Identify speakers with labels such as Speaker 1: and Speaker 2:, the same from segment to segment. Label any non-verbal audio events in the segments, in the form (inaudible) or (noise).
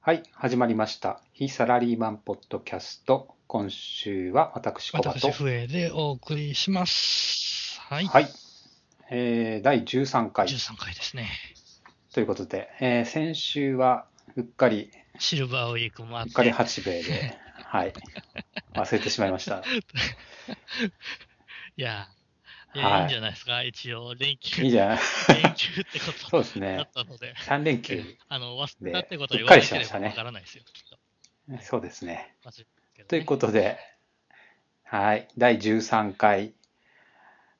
Speaker 1: はい、始まりました。非サラリーマンポッドキャスト。今週は私、小バと
Speaker 2: 私、。笛でお送りします。はい。
Speaker 1: はい。えー、第13回
Speaker 2: 13回ですね。
Speaker 1: ということで、えー先週はうっかり、
Speaker 2: シルバーウィークもあっ
Speaker 1: うっかり
Speaker 2: て、
Speaker 1: 八兵衛で、はい、忘れてしまいました。
Speaker 2: いや、い
Speaker 1: は
Speaker 2: や
Speaker 1: い
Speaker 2: いいんじゃないですか。一応、連休、
Speaker 1: いい
Speaker 2: 連
Speaker 1: じゃない
Speaker 2: 休ってこ
Speaker 1: そうです
Speaker 2: とだ
Speaker 1: ね
Speaker 2: っ。たので、
Speaker 1: 3連休、
Speaker 2: あの、忘
Speaker 1: で
Speaker 2: れたってことは
Speaker 1: うっ
Speaker 2: 言
Speaker 1: か
Speaker 2: わ
Speaker 1: り
Speaker 2: な
Speaker 1: し
Speaker 2: け
Speaker 1: ま
Speaker 2: れ
Speaker 1: した
Speaker 2: ば
Speaker 1: ね
Speaker 2: わからないですよ、きっと。
Speaker 1: そうですね。
Speaker 2: まずいけどね
Speaker 1: ということで、はい、第13回。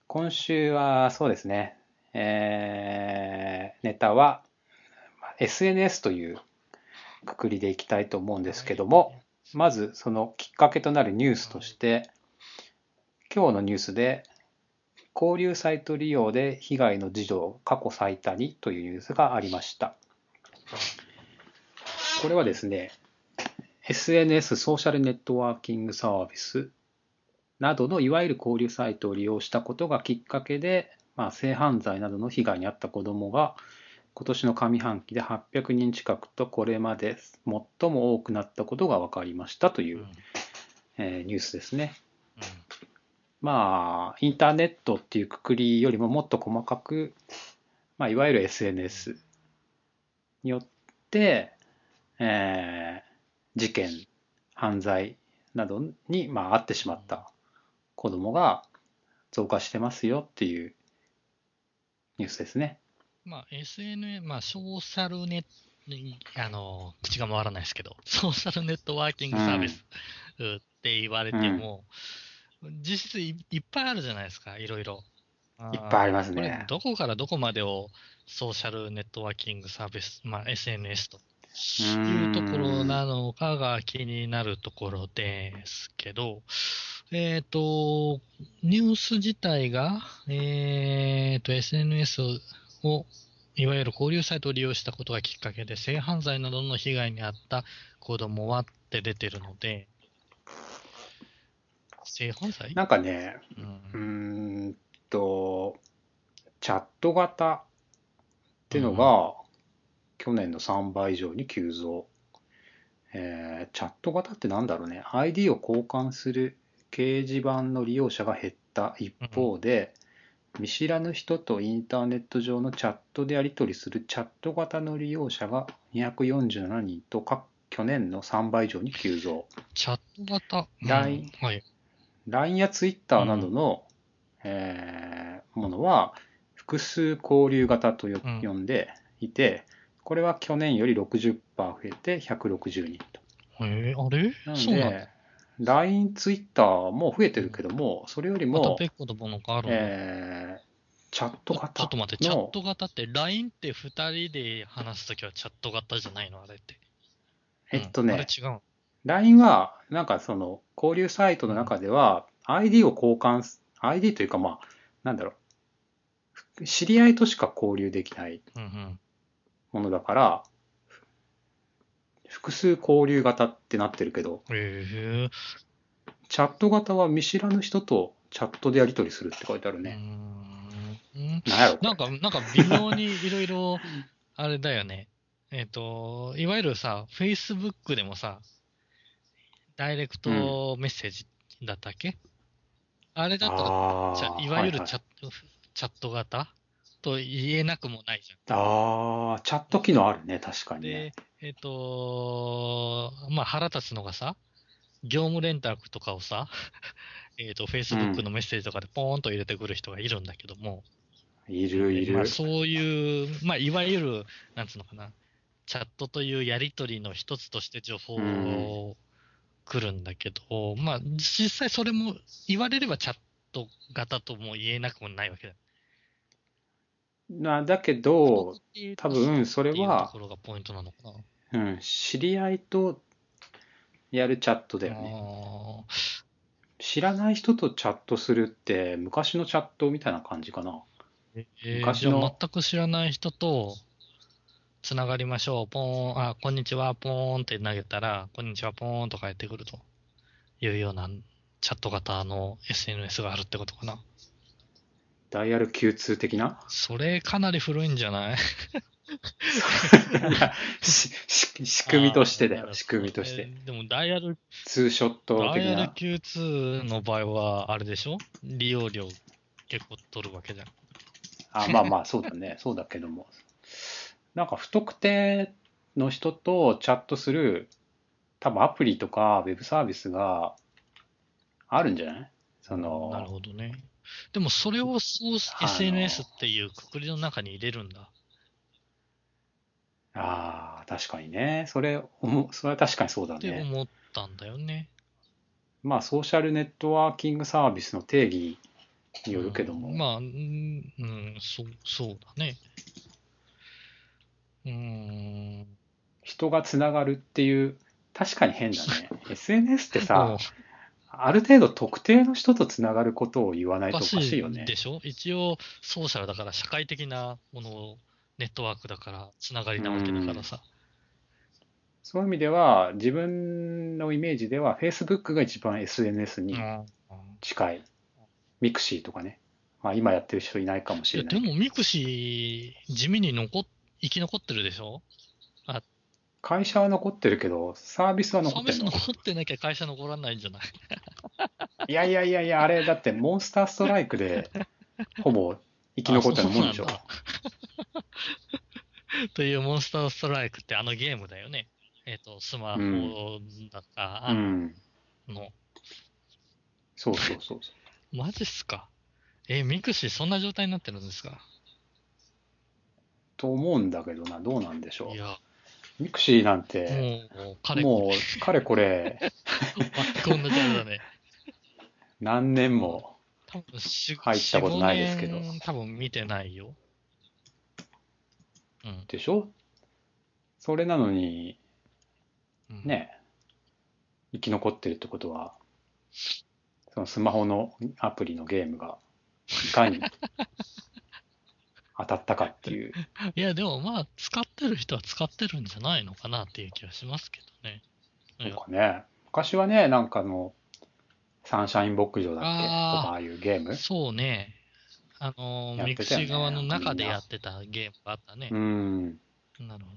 Speaker 1: 今週は、そうですね、えーネタは、まあ SNS というくくりでいきたいと思うんですけども、、まずそのきっかけとなるニュースとして、今日のニュースで、交流サイト利用で被害の児童過去最多にというニュースがありました。これはですね、SNS、ソーシャルネットワーキングサービスなどのいわゆる交流サイトを利用したことがきっかけで、まあ、性犯罪などの被害に遭った子どもが今年の上半期で800人近くとこれまで最も多くなったことが分かりましたとい
Speaker 2: うん
Speaker 1: う、
Speaker 2: うん
Speaker 1: えーニュースですね。まあ、インターネットっていうくくりよりももっと細かく、まあ、いわゆる SNS によって、えー事件、犯罪などに、まあ、遭ってしまった子供が増加してますよっていうニュースですね。
Speaker 2: まあ、SNS、まあ、ソーシャルネット、あの、口が回らないですけど、ソーシャルネットワーキングサービスうんって言われても、実質いいっぱいあるじゃないですか、いろいろ。
Speaker 1: いっぱいあります
Speaker 2: これ
Speaker 1: ね、。
Speaker 2: どこからどこまでをソーシャルネットワーキングサービス、まあ、SNS というところなのかが気になるところですけど、えっ、と、ニュース自体が、えっ、と、SNS を、いわゆる交流サイトを利用したことがきっかけで、性犯罪などの被害に遭った子供はって出てるので、性犯罪
Speaker 1: なんかね、
Speaker 2: う
Speaker 1: うんーんと、チャット型っていうのが、去年の3倍以上に急増。えーチャット型ってなんだろうね、ID を交換する掲示板の利用者が減った一方で、見知らぬ人とインターネット上のチャットでやり取りするチャット型の利用者が247人と、か去年の3倍以上に急増。
Speaker 2: チャット型、うん
Speaker 1: LINE
Speaker 2: はい。
Speaker 1: LINE や Twitter などの、えーものは複数交流型とよ
Speaker 2: うん
Speaker 1: 呼んでいて、これは去年より60%増えて160人と。
Speaker 2: えー、あれ
Speaker 1: なの
Speaker 2: そうなんだ。
Speaker 1: で、LINE、Twitter も増えてるけども、それより
Speaker 2: また
Speaker 1: も、
Speaker 2: 別個のものがあるの、
Speaker 1: えーチャット
Speaker 2: ちょっ
Speaker 1: 型
Speaker 2: と待って、チャッ
Speaker 1: の
Speaker 2: ト型って、LINE って2人で話すときはチャット型じゃないのあれって。
Speaker 1: えっと
Speaker 2: うんあれ
Speaker 1: ね、
Speaker 2: 違うの。
Speaker 1: LINE は、なんかその、交流サイトの中では、ID を交換す、ID というか、まあ、なんだろう、知り合いとしか交流できない
Speaker 2: うんうん。
Speaker 1: ものだから、複数交流型ってなってるけど、
Speaker 2: え
Speaker 1: チャット型は見知らぬ人とチャットでやり取りするって書いてある
Speaker 2: え
Speaker 1: ね。
Speaker 2: うーん。
Speaker 1: なんやろこれ
Speaker 2: なんか、なんか微妙にいろいろ、 (laughs) あれだよね。えっ、と、いわゆるさ、Facebook でもさ、ダイレクトメッセージだったっけ、あれだったら
Speaker 1: あ
Speaker 2: チャ
Speaker 1: ー
Speaker 2: いわゆる
Speaker 1: は
Speaker 2: チ
Speaker 1: は
Speaker 2: ャット、チャット型と言えなくもないじゃん。
Speaker 1: あーチャット機能あるね、確かにね
Speaker 2: で。、えっ、とまあ、腹立つのがさ、業務連絡とかをさ、 (laughs) えっと、
Speaker 1: うん
Speaker 2: Facebook のメッセージとかでポーンと入れてくる人がいるんだけども、
Speaker 1: いるい
Speaker 2: ま
Speaker 1: る
Speaker 2: あ、。そういう、まあ、いわゆる、なんつうのかな、チャットというやり取りの一つとして情報を来るんだけど、まあ、実際それも言われればチャット型とも言えなくもないわけだ。
Speaker 1: なだけど、多分それ
Speaker 2: っていうと
Speaker 1: は
Speaker 2: こ、ろがポイントなのかな。
Speaker 1: うん、知り合いとやるチャットだよね。
Speaker 2: あー
Speaker 1: 知らない人とチャットするって、昔のチャットみたいな感じかな。
Speaker 2: えー、
Speaker 1: 昔
Speaker 2: じ
Speaker 1: の
Speaker 2: ゃあ全く知らない人とつながりましょう、ポーン、あ、こんにちは、ポーンって投げたら、こんにちは、ポーンと返ってくるというようなチャット型の SNS があるってことかな。
Speaker 1: ダイヤル Q2 的な
Speaker 2: (laughs) それかなり古いんじゃない
Speaker 1: しし仕組みとしてだ
Speaker 2: あーな
Speaker 1: よ、
Speaker 2: るほど
Speaker 1: 仕組みとして。
Speaker 2: えーでもダイヤル、
Speaker 1: ツーショット
Speaker 2: ダ
Speaker 1: 的
Speaker 2: イヤル
Speaker 1: な。
Speaker 2: Q2 の場合は、あれでしょ利用料結構取るわけじゃん。
Speaker 1: あまあまあ、そうだね、 (laughs) そうだけども。なんか不特定の人とチャットする、多分アプリとかウェブサービスがあるんじゃないその、
Speaker 2: なるほどね。でもそれをそう
Speaker 1: あの
Speaker 2: SNS っていうくくりの中に入れるんだ。
Speaker 1: ああ、確かにね。それ、おもそれは確かにそうだ
Speaker 2: って
Speaker 1: ね。
Speaker 2: 思ったんだよね。
Speaker 1: まあ、ソーシャルネットワーキングサービスの定義によるけども。
Speaker 2: うんまあ、うん、うんそう、そうだね。うーん。
Speaker 1: 人がつながるっていう確かに変だ
Speaker 2: (laughs)
Speaker 1: ね SNS って
Speaker 2: も
Speaker 1: さ
Speaker 2: う
Speaker 1: ある程度特定の人とつながることを言わない
Speaker 2: お
Speaker 1: とお
Speaker 2: か
Speaker 1: かしいよね
Speaker 2: でしょ一応、ソーシャルだから社会的なものを、ネットワークだから、つながりなわけだからさ。
Speaker 1: そういう意味では自分のイメージでは Facebook が一番 SNS
Speaker 2: う
Speaker 1: に
Speaker 2: ん。
Speaker 1: 近い、ミクシーとかね、まあ、今やってる人いないかもし
Speaker 2: いや、
Speaker 1: れな
Speaker 2: で
Speaker 1: い
Speaker 2: も、ミクシー、地味に残っ、生き残ってるでしょ
Speaker 1: 会社は残ってるけどサービスは
Speaker 2: サ
Speaker 1: 残っ
Speaker 2: ービ
Speaker 1: て
Speaker 2: ス
Speaker 1: るの
Speaker 2: 残ってなきゃ会社残らないんじゃない
Speaker 1: いやいやいやいやあれだってモンスターストライクでほぼ生き残ったようなもんでしょ
Speaker 2: あそうなんだというモンスターストライクってあのゲームだよね。えっ、と、スマホだか、
Speaker 1: う
Speaker 2: あ
Speaker 1: ん
Speaker 2: の、
Speaker 1: そうそうそうそう
Speaker 2: マジっすか。え、ミクシーそんな状態になってるんですか
Speaker 1: と思うんだけどなどうなんでしょう
Speaker 2: いや、
Speaker 1: ミクシーなんて、
Speaker 2: もう、彼も
Speaker 1: もう、かれこれ、
Speaker 2: こんな状態だね。
Speaker 1: 何年も、
Speaker 2: 多分
Speaker 1: (laughs)
Speaker 2: し
Speaker 1: 入ったことないですけど
Speaker 2: 4 5年多分見てないよ。うん。
Speaker 1: でしょそれなのに、
Speaker 2: うん、
Speaker 1: ね、生き残ってるってことは、そのスマホのアプリのゲームが、いかに当たったかっていう。
Speaker 2: いや、でもまあ、使ってる人は使ってるんじゃないのかなっていう気はしますけどね。うん
Speaker 1: とかね、昔はね、なんかあの、サンシャイン牧場だっけと
Speaker 2: あー
Speaker 1: か、ああいうゲーム。
Speaker 2: そうね。あ
Speaker 1: やってたよ
Speaker 2: のー、
Speaker 1: ね
Speaker 2: ミクシー側の中でやってたゲームがあったね
Speaker 1: う。ん。
Speaker 2: なるほど。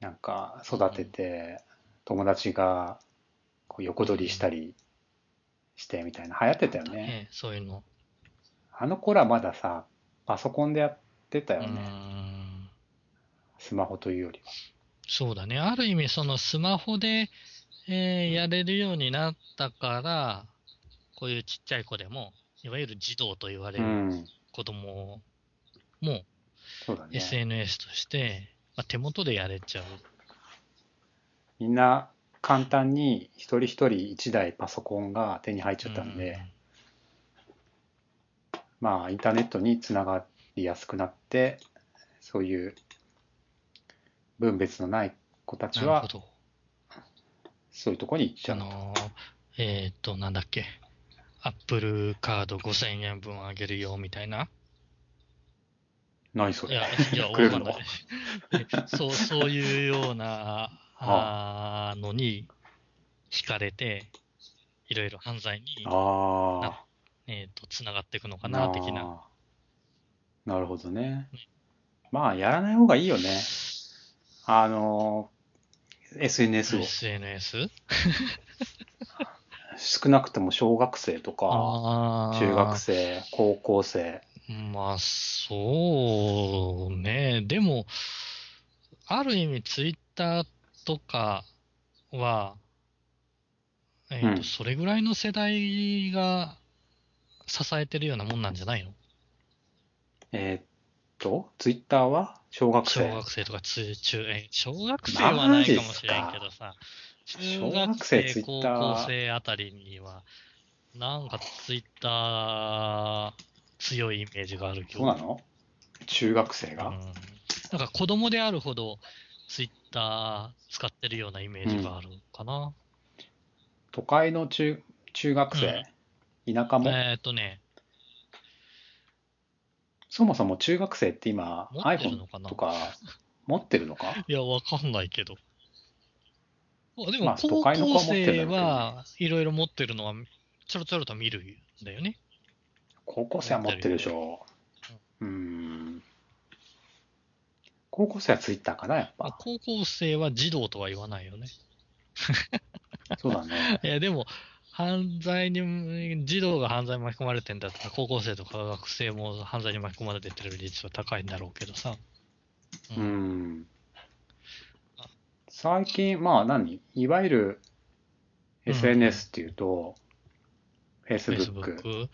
Speaker 1: なんか、育てて、友達が、こう横取りしたりしてみたいな、流行ってたよね。
Speaker 2: ねそういうの。
Speaker 1: あの頃はまださ、パソコンでやってた
Speaker 2: う
Speaker 1: よ
Speaker 2: ー
Speaker 1: ね。
Speaker 2: ん。
Speaker 1: スマホというよりは。
Speaker 2: そうだね。ある意味、そのスマホで、えーやれるようになったから、こういうちっちゃい子でも、いわゆる児童と言われ
Speaker 1: う
Speaker 2: る
Speaker 1: ん。
Speaker 2: 子供も、
Speaker 1: そうだね。
Speaker 2: SNS として、まあ、手元でやれちゃう。
Speaker 1: みんな簡単に一人一人一台パソコンが手に入っちゃったんで、まあインターネットにつながりやすくなって、そういう分別のない子た
Speaker 2: う
Speaker 1: ち
Speaker 2: ん、なるほ
Speaker 1: は
Speaker 2: ど。
Speaker 1: そういうとこに行っちゃ
Speaker 2: あ
Speaker 1: うの。
Speaker 2: のーえっ、と、なんだっけ。アップルカード5000円分あげるよ、みたいな。
Speaker 1: 何そ
Speaker 2: い
Speaker 1: れ
Speaker 2: や、いや、わ
Speaker 1: (laughs) くれ
Speaker 2: か
Speaker 1: る
Speaker 2: ん
Speaker 1: の
Speaker 2: ない。
Speaker 1: (laughs)
Speaker 2: そう、そういうような、あーのに、惹かれて、いろいろ犯罪に、
Speaker 1: あ
Speaker 2: えっ、と、繋がっていくの
Speaker 1: あ。
Speaker 2: かな、的な。
Speaker 1: あー。なるほどね。まあやらない方がいいよね。あの、SNS を。
Speaker 2: SNS?
Speaker 1: 少なくとも小学生とか、
Speaker 2: ああ。
Speaker 1: 中学生、高校生。
Speaker 2: まあ、そうね。でも、ある意味、ツイッターとかは、えっ、と、
Speaker 1: うん
Speaker 2: それぐらいの世代が支えてるようなもんなんじゃないの
Speaker 1: えーっと、ツイッターは小学
Speaker 2: 小
Speaker 1: 生。
Speaker 2: 学生とか中、中、え、小学生はないかもしれんけどさ、中
Speaker 1: 小
Speaker 2: 学
Speaker 1: 学生
Speaker 2: 生、高
Speaker 1: Twitter
Speaker 2: 校生あたりには、なんかツイッター強いイメージがあるけ
Speaker 1: そ
Speaker 2: ど
Speaker 1: うなの中学生
Speaker 2: うん
Speaker 1: が、
Speaker 2: なんか子供であるほどツイッター使ってるようなイメージがあるかな。
Speaker 1: 都会の中中学生、田舎も、
Speaker 2: えーっとね、
Speaker 1: そもそも中学生って今、
Speaker 2: 持ってる
Speaker 1: iPhone
Speaker 2: のかな
Speaker 1: とか持ってるのか
Speaker 2: いや、わかんないけど。あで
Speaker 1: ま
Speaker 2: も
Speaker 1: あ、
Speaker 2: 高
Speaker 1: 都会の子
Speaker 2: 校
Speaker 1: は持ってるだ
Speaker 2: 生
Speaker 1: ろうけどね
Speaker 2: はいろいろ持ってるのは、ちょろちょろと見るんだよね。
Speaker 1: 高校生は持ってるでしょう。うーん。高校生はツイッターかな、やっ
Speaker 2: まあ
Speaker 1: ぱ。
Speaker 2: 高校生は児童とは言わないよね。
Speaker 1: そうだね。
Speaker 2: いや、でも、犯罪に、児童が犯罪に巻き込まれてんだったら、高校生とか学生も犯罪に巻き込まれてってる率は高いんだろうけどさ。
Speaker 1: う
Speaker 2: (laughs) うん
Speaker 1: ん。最近、まあ何いわゆる
Speaker 2: うん
Speaker 1: SNS っていうと、Facebook、
Speaker 2: Facebook、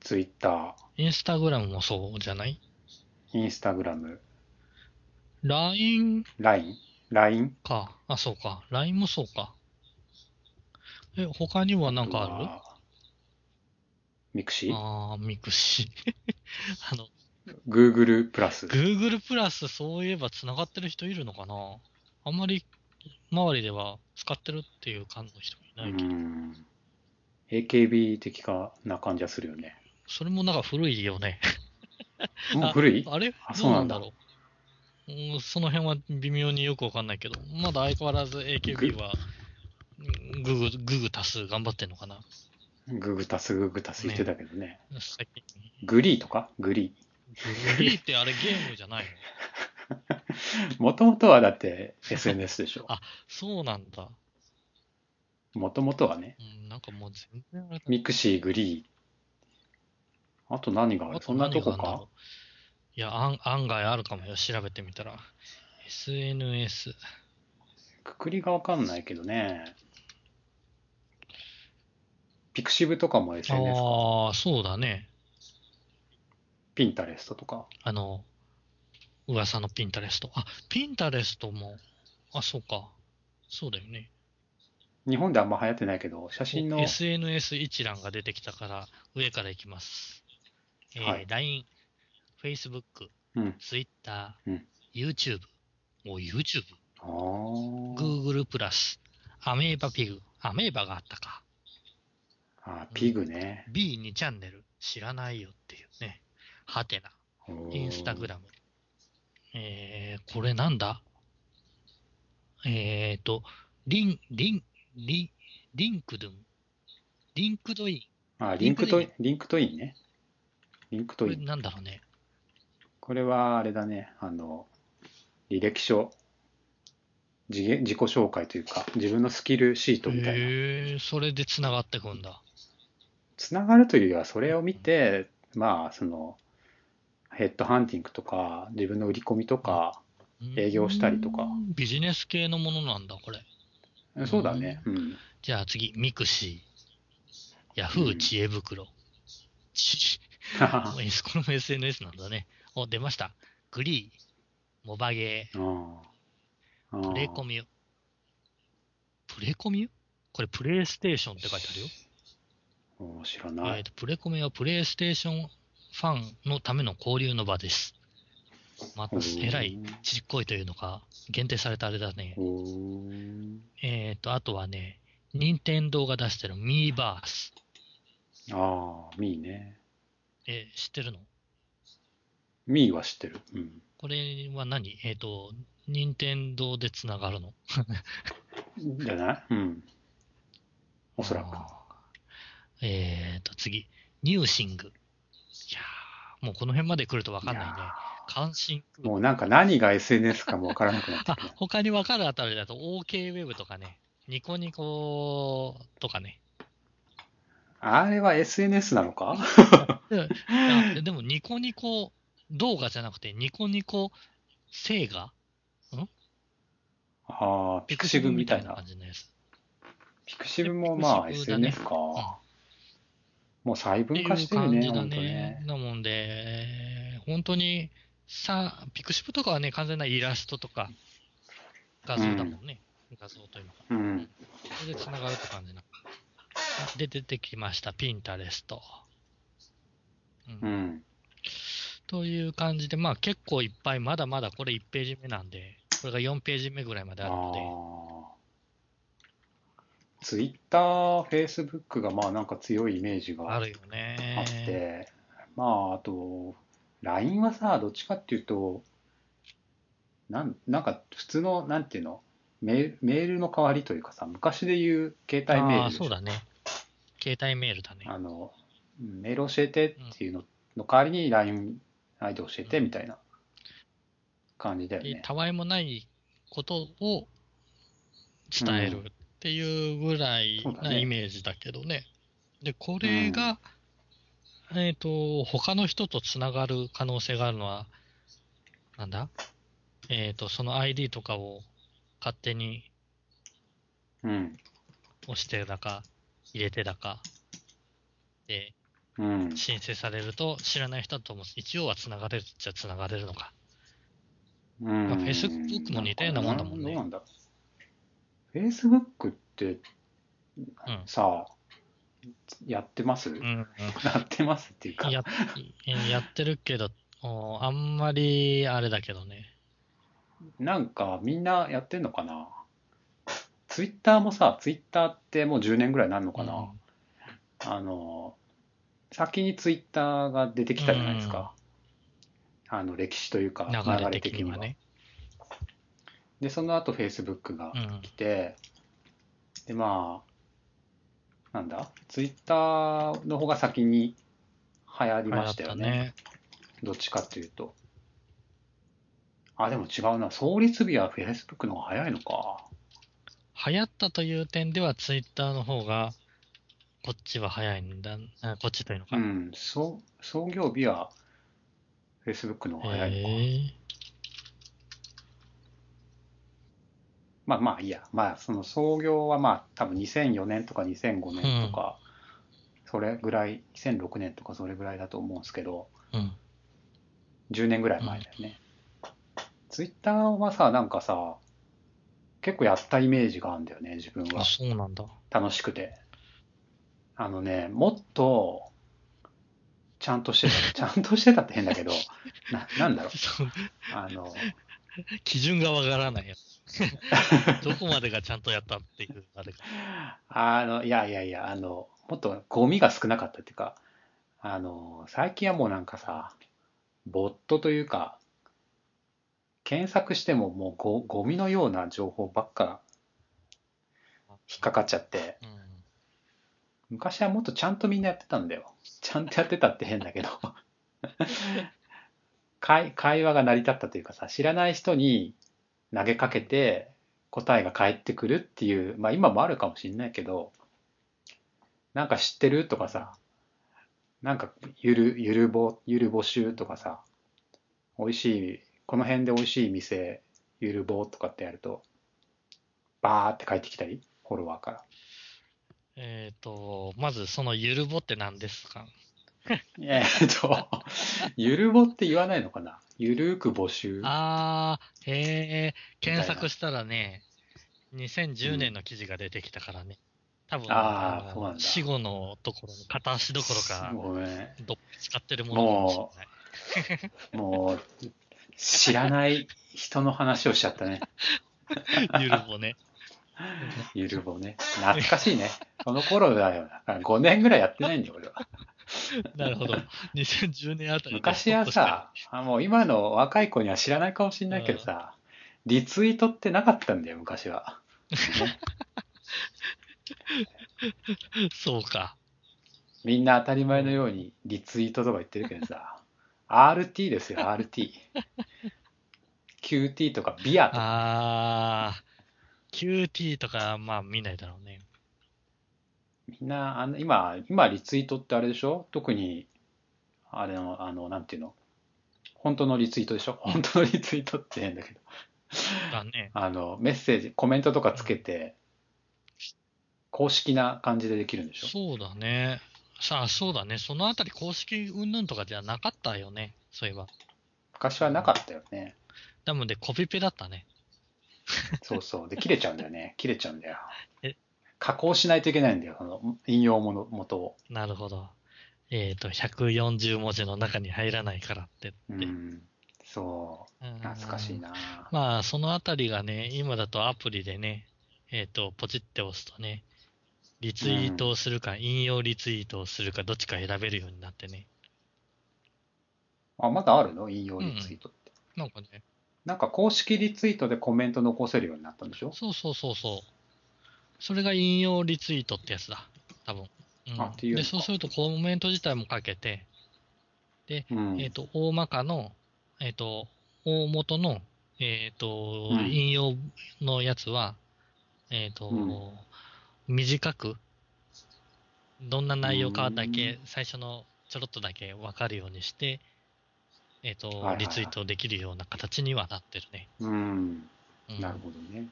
Speaker 1: Twitter、
Speaker 2: Instagram もそうじゃない
Speaker 1: Instagram、
Speaker 2: ?LINE
Speaker 1: LINE、LINE
Speaker 2: か。あ、そうか。LINE もそうか。え、他にはなんかある
Speaker 1: ミクシー
Speaker 2: あー、ミクシー。 (laughs) あの、
Speaker 1: ?Google プラス。
Speaker 2: Google プラス、そういえば繋がってる人いるのかなあんまり、周りでは使ってるっていう感じの人いうないけど。
Speaker 1: ん。AKB 的かな感じはするよね。
Speaker 2: それもなんか古いよね。
Speaker 1: (laughs) もう古い
Speaker 2: あれ
Speaker 1: あ
Speaker 2: どうなんだ
Speaker 1: そう
Speaker 2: ろううんその辺は微妙によくわかんないけど、まだ相変わらず AKB は、グーグ、グーグ足す頑張ってんのかな
Speaker 1: ググタス、ググタス言ってたけどね。
Speaker 2: 最近。
Speaker 1: グリーとかグリ
Speaker 2: グリーってあれゲームじゃないの
Speaker 1: ー。もともとはだって SNS でしょ
Speaker 2: あ。そうなんだ。
Speaker 1: もともとはね。
Speaker 2: うん、なんかもう全然あれだ
Speaker 1: ミクシー、グリー。あと何がある
Speaker 2: あ
Speaker 1: そんなとこ
Speaker 2: 何があ
Speaker 1: か
Speaker 2: んだろういや、案案外あるかもよ。調べてみたら。SNS。
Speaker 1: くくりがわかんないけどね。ピクシブとかも SNS か。
Speaker 2: ああ、そうだね。
Speaker 1: ピンタレストとか。
Speaker 2: あの、噂のピンタレスト。あ、ピンタレストも、あ、そうか。そうだよね。
Speaker 1: 日本であんま流行ってないけど、写真の
Speaker 2: SNS 一覧が出てきたから、上からいきます。えー
Speaker 1: はい
Speaker 2: LINE、Facebook、
Speaker 1: うん。
Speaker 2: Twitter、
Speaker 1: うん
Speaker 2: YouTube、お YouTube、
Speaker 1: あー
Speaker 2: Google プラス、アメーバピグ、アメーバがあったか。
Speaker 1: あー。ピグね。
Speaker 2: B2 チャンネル、知らないよっていうね。ハテナ、インスタグラム。えー、これなんだえーと、リン、リン、リン、リンクドゥン、リンクドイン。
Speaker 1: ム。あ、リンクトイン、リンクトインね。リンク
Speaker 2: こ
Speaker 1: トイ
Speaker 2: れ
Speaker 1: ン。
Speaker 2: なんだろうね。
Speaker 1: これはあれだね、あの、履歴書、自げ自己紹介というか、自分のスキルシートみたいな。
Speaker 2: へえ、それで繋がってくんだ。
Speaker 1: つながるというよりは、それを見て、まあ、その、ヘッドハンティングとか、自分の売り込みとか、営業したりとか
Speaker 2: うん。ビジネス系のものなんだ、これ。ん
Speaker 1: そうだね、うん。 (laughs)
Speaker 2: じゃあ次、ミクシー、ヤフ
Speaker 1: う
Speaker 2: ー
Speaker 1: ん
Speaker 2: 知恵袋。ち、もう S この SNS なんだね。お、出ました。グリー、モバゲ
Speaker 1: うんう
Speaker 2: ー、
Speaker 1: ん
Speaker 2: プレコミュ。プレコミュこれプレイステーションって書いてあるよ。
Speaker 1: うん知ら
Speaker 2: え
Speaker 1: な
Speaker 2: ー
Speaker 1: い。
Speaker 2: とプレコメはプレイステーションファンのための交流の場です。ま
Speaker 1: うん
Speaker 2: えらい、ちっこいというのか、限定されたあれだね。
Speaker 1: うん
Speaker 2: えーと、あとはね、任天堂が出してるミーバース。
Speaker 1: ああ、ミーね。
Speaker 2: えー知ってるの
Speaker 1: ミーは知ってる。うん。
Speaker 2: これは何えっ、と、任天堂でつながるの
Speaker 1: じゃないうん。おそらく。
Speaker 2: あーえっ、と、次。ニューシング。いやーもうこの辺まで来るとわかんないね
Speaker 1: いや。
Speaker 2: 関心。
Speaker 1: もうなんか何が SNS かもわからなくなって
Speaker 2: あ
Speaker 1: きた。、
Speaker 2: 他にわかるあたりだと OKWeb とかね、ニコニコと
Speaker 1: (laughs)
Speaker 2: かね。
Speaker 1: あれは SNS なのか
Speaker 2: あでもニコニコ動画じゃなくて、ニコニコセガ
Speaker 1: ああ、ピクシブみたいな
Speaker 2: 感。じのやつ。
Speaker 1: ピクシブもまあ
Speaker 2: ピクシブだね
Speaker 1: SNS か。もう細分化してる
Speaker 2: って
Speaker 1: ね、
Speaker 2: いう
Speaker 1: ほ
Speaker 2: 感
Speaker 1: んと
Speaker 2: じだ
Speaker 1: ね
Speaker 2: ね。。なもんで、本当に、さ、ピクシブとかはね、完全なイラストとか、画像だもんね。画像というのか。
Speaker 1: うん。
Speaker 2: それで繋がるって感じな。で、出てきました。ピンタレスト。うん
Speaker 1: うん。
Speaker 2: という感じで、まあ結構いっぱい、まだまだこれ1ページ目なんで、これが4ページ目ぐらいまで
Speaker 1: あ
Speaker 2: あるので、
Speaker 1: あ。ツイッター、フェイスブックがまあなんか強いイメージが
Speaker 2: あ
Speaker 1: あっ
Speaker 2: るよね。
Speaker 1: て、まああと、LINE はさ、どっちかっていうと、なんなんか普通の、なんていうのメールメールの代わりというかさ、昔で言う携帯メー
Speaker 2: あ
Speaker 1: ル
Speaker 2: あ、
Speaker 1: でしょ
Speaker 2: そうだね。携帯メールだね。
Speaker 1: あの、うんメール教えてっていうのの代わりに LINE アイドル教えてみたいな。感じだよね。
Speaker 2: たわいもないことを伝えるっていうぐらい
Speaker 1: そうだ
Speaker 2: な
Speaker 1: ね
Speaker 2: イメージだけどね。で、これが、えっ、と、他の人とつながる可能性があるのは、なんだえっ、と、その ID とかを勝手に
Speaker 1: うん。
Speaker 2: 押してだか、入れてだか、で、
Speaker 1: うん。
Speaker 2: 申請されると、知らない人とも一応はつながれるっちゃつながれるのか。
Speaker 1: うん。
Speaker 2: まあ Facebook も似たようなもんだもんね
Speaker 1: どうなんだフェイスブックって
Speaker 2: うん
Speaker 1: さあ、やってます、
Speaker 2: う
Speaker 1: や
Speaker 2: ん、
Speaker 1: ってますっていうか、
Speaker 2: ややってるけど、おあんまりあれだけどね。
Speaker 1: なんかみんなやってんのかなツイッターもさ、ツイッターってもう10年ぐらいになるのかな、
Speaker 2: うん
Speaker 1: あの、先にツイッターが出てきたじゃないですか。あの、歴史というか、
Speaker 2: 流れ的にはね。
Speaker 1: で、その後フェイスブックが
Speaker 2: うん
Speaker 1: 来て、で、まあ、なんだ、ツイッターの方が先に流行りましたよね。
Speaker 2: 流行っ
Speaker 1: どっちかっていうと。あ、でも違うな。創立日はフェイスブックの方が早いのか。
Speaker 2: たね。流行ったという点では、ツイッターの方が、こっちは早いんだ、あこっちというのか。
Speaker 1: うん、そう創業日はフェイスブックの方が早いのか。
Speaker 2: へ
Speaker 1: まあまあいいや、まあその創業はまあ多分2004年とか2005年とか、それぐらい、2006年とかそれぐらいだと思うんですけど、
Speaker 2: えうん。
Speaker 1: 10年ぐらい前だよね。ツイッターはさ、なんかさ、結構やったイメージがあるんだよね、自分は
Speaker 2: あ、。そうなんだ。 (laughs)
Speaker 1: 楽しくて。あのね、もっと、ちゃんとして
Speaker 2: (laughs)
Speaker 1: た。ちゃんとしてたって変だけど、ななんだろう。
Speaker 2: そう
Speaker 1: あの、
Speaker 2: 基準がわから
Speaker 1: (laughs)
Speaker 2: ないやつ。どこまでがちゃんとやったっていう、あれが。
Speaker 1: あの、いやいやいや、あの、もっとゴミが少なかったっていうか、あの、最近はもうなんかさ、ボットというか、検索してももうゴゴミのような情報ばっか引っかかっちゃって、
Speaker 2: うん
Speaker 1: 昔はもっとちゃんとみんなやってたんだよ。 (laughs) ちゃんとやってたって変だけど。会会話が成り立ったというかさ、知らない人に投げかけて答えが返ってくるっていう、まあ今もあるかもしれないけど、なんか知ってるとかさ、なんかゆる、ゆるぼ、ゆるぼしゅうとかさ、美味しい、この辺で美味しい店、ゆるぼとかってやると、バーって返ってきたり、フォロワーから。
Speaker 2: えっ、と、まずそのゆるぼって何ですか
Speaker 1: えーっと、ゆるぼって言わないのかなゆるーく募集。
Speaker 2: あー、へえ、
Speaker 1: たいな
Speaker 2: 検索したらね、2010年の記事が出てきたからね。多分、
Speaker 1: あー
Speaker 2: の
Speaker 1: そうなんだ
Speaker 2: 死後のところに、片足どころか、
Speaker 1: ごめん。
Speaker 2: どっ使ってるものかもしれない。
Speaker 1: もう、知らない人の話をしちゃったね。
Speaker 2: ゆるぼね。
Speaker 1: ゆるぼね。懐かしいね。その頃だよ。だから5年ぐらいやってないんだよ、俺は。
Speaker 2: なるほど。2010年あたりに
Speaker 1: 昔はさ、あもう今の若い子には知らないかもしれないけどさ、リツイートってなかったんだよ、昔は。
Speaker 2: そうか。
Speaker 1: みんな当たり前のようにリツイートとか言ってるけどさ、RT ですよ、RT。QT とかビアとか。
Speaker 2: あー、QT とか、まあ見ないだろうね。
Speaker 1: みんな、あの今、今、リツイートってあれでしょ特に、あれの、あの、なんていうの本当のリツイートでしょ (laughs) 本当のリツイートって変だけど。
Speaker 2: だね。
Speaker 1: あの、メッセージ、コメントとかつけて、公式な感じでできるんでしょ
Speaker 2: そうだね。さあ、そうだね。そのあたり公式云々とかじゃなかったよね。そういえば。
Speaker 1: 昔はなかったよね。
Speaker 2: なので、コピペだったね。
Speaker 1: そうそう。で、切れちゃうんだよね。切れちゃうんだよ
Speaker 2: え。
Speaker 1: 加工しないといけないんだよ。その、引用もの元を。
Speaker 2: なるほど。えっ、と、140文字の中に入らないからって
Speaker 1: う
Speaker 2: 言って。
Speaker 1: ん。そう。
Speaker 2: うん
Speaker 1: 懐かしい。な。
Speaker 2: まあ、そのあたりがね、今だとアプリでね、えっ、と、ポチって押すとね、リツイートをするか、引用リツイートをするか、どっちか選べるようになってね。
Speaker 1: あ、まだあるの引用リツイートって。
Speaker 2: なんかね、
Speaker 1: なんか公式リツイートでコメント残せるようになったんでしょ
Speaker 2: そうそうそうそう。それが引用リツイートってやつだ。多分。うん、
Speaker 1: あっていうのか
Speaker 2: で、そうするとコメント自体もかけて、
Speaker 1: うん
Speaker 2: えっ、と、大まかの、えっ、と、大元の、えっ、と、
Speaker 1: うん
Speaker 2: 引用のやつは、えっ、と、
Speaker 1: うん
Speaker 2: 短く、どんな内容かだけ、最初のちょろっとだけわかるようにして、えっ、と、
Speaker 1: いはいはい
Speaker 2: リツイートできるような形にはなってるね。
Speaker 1: うん。
Speaker 2: うん
Speaker 1: なるほどね。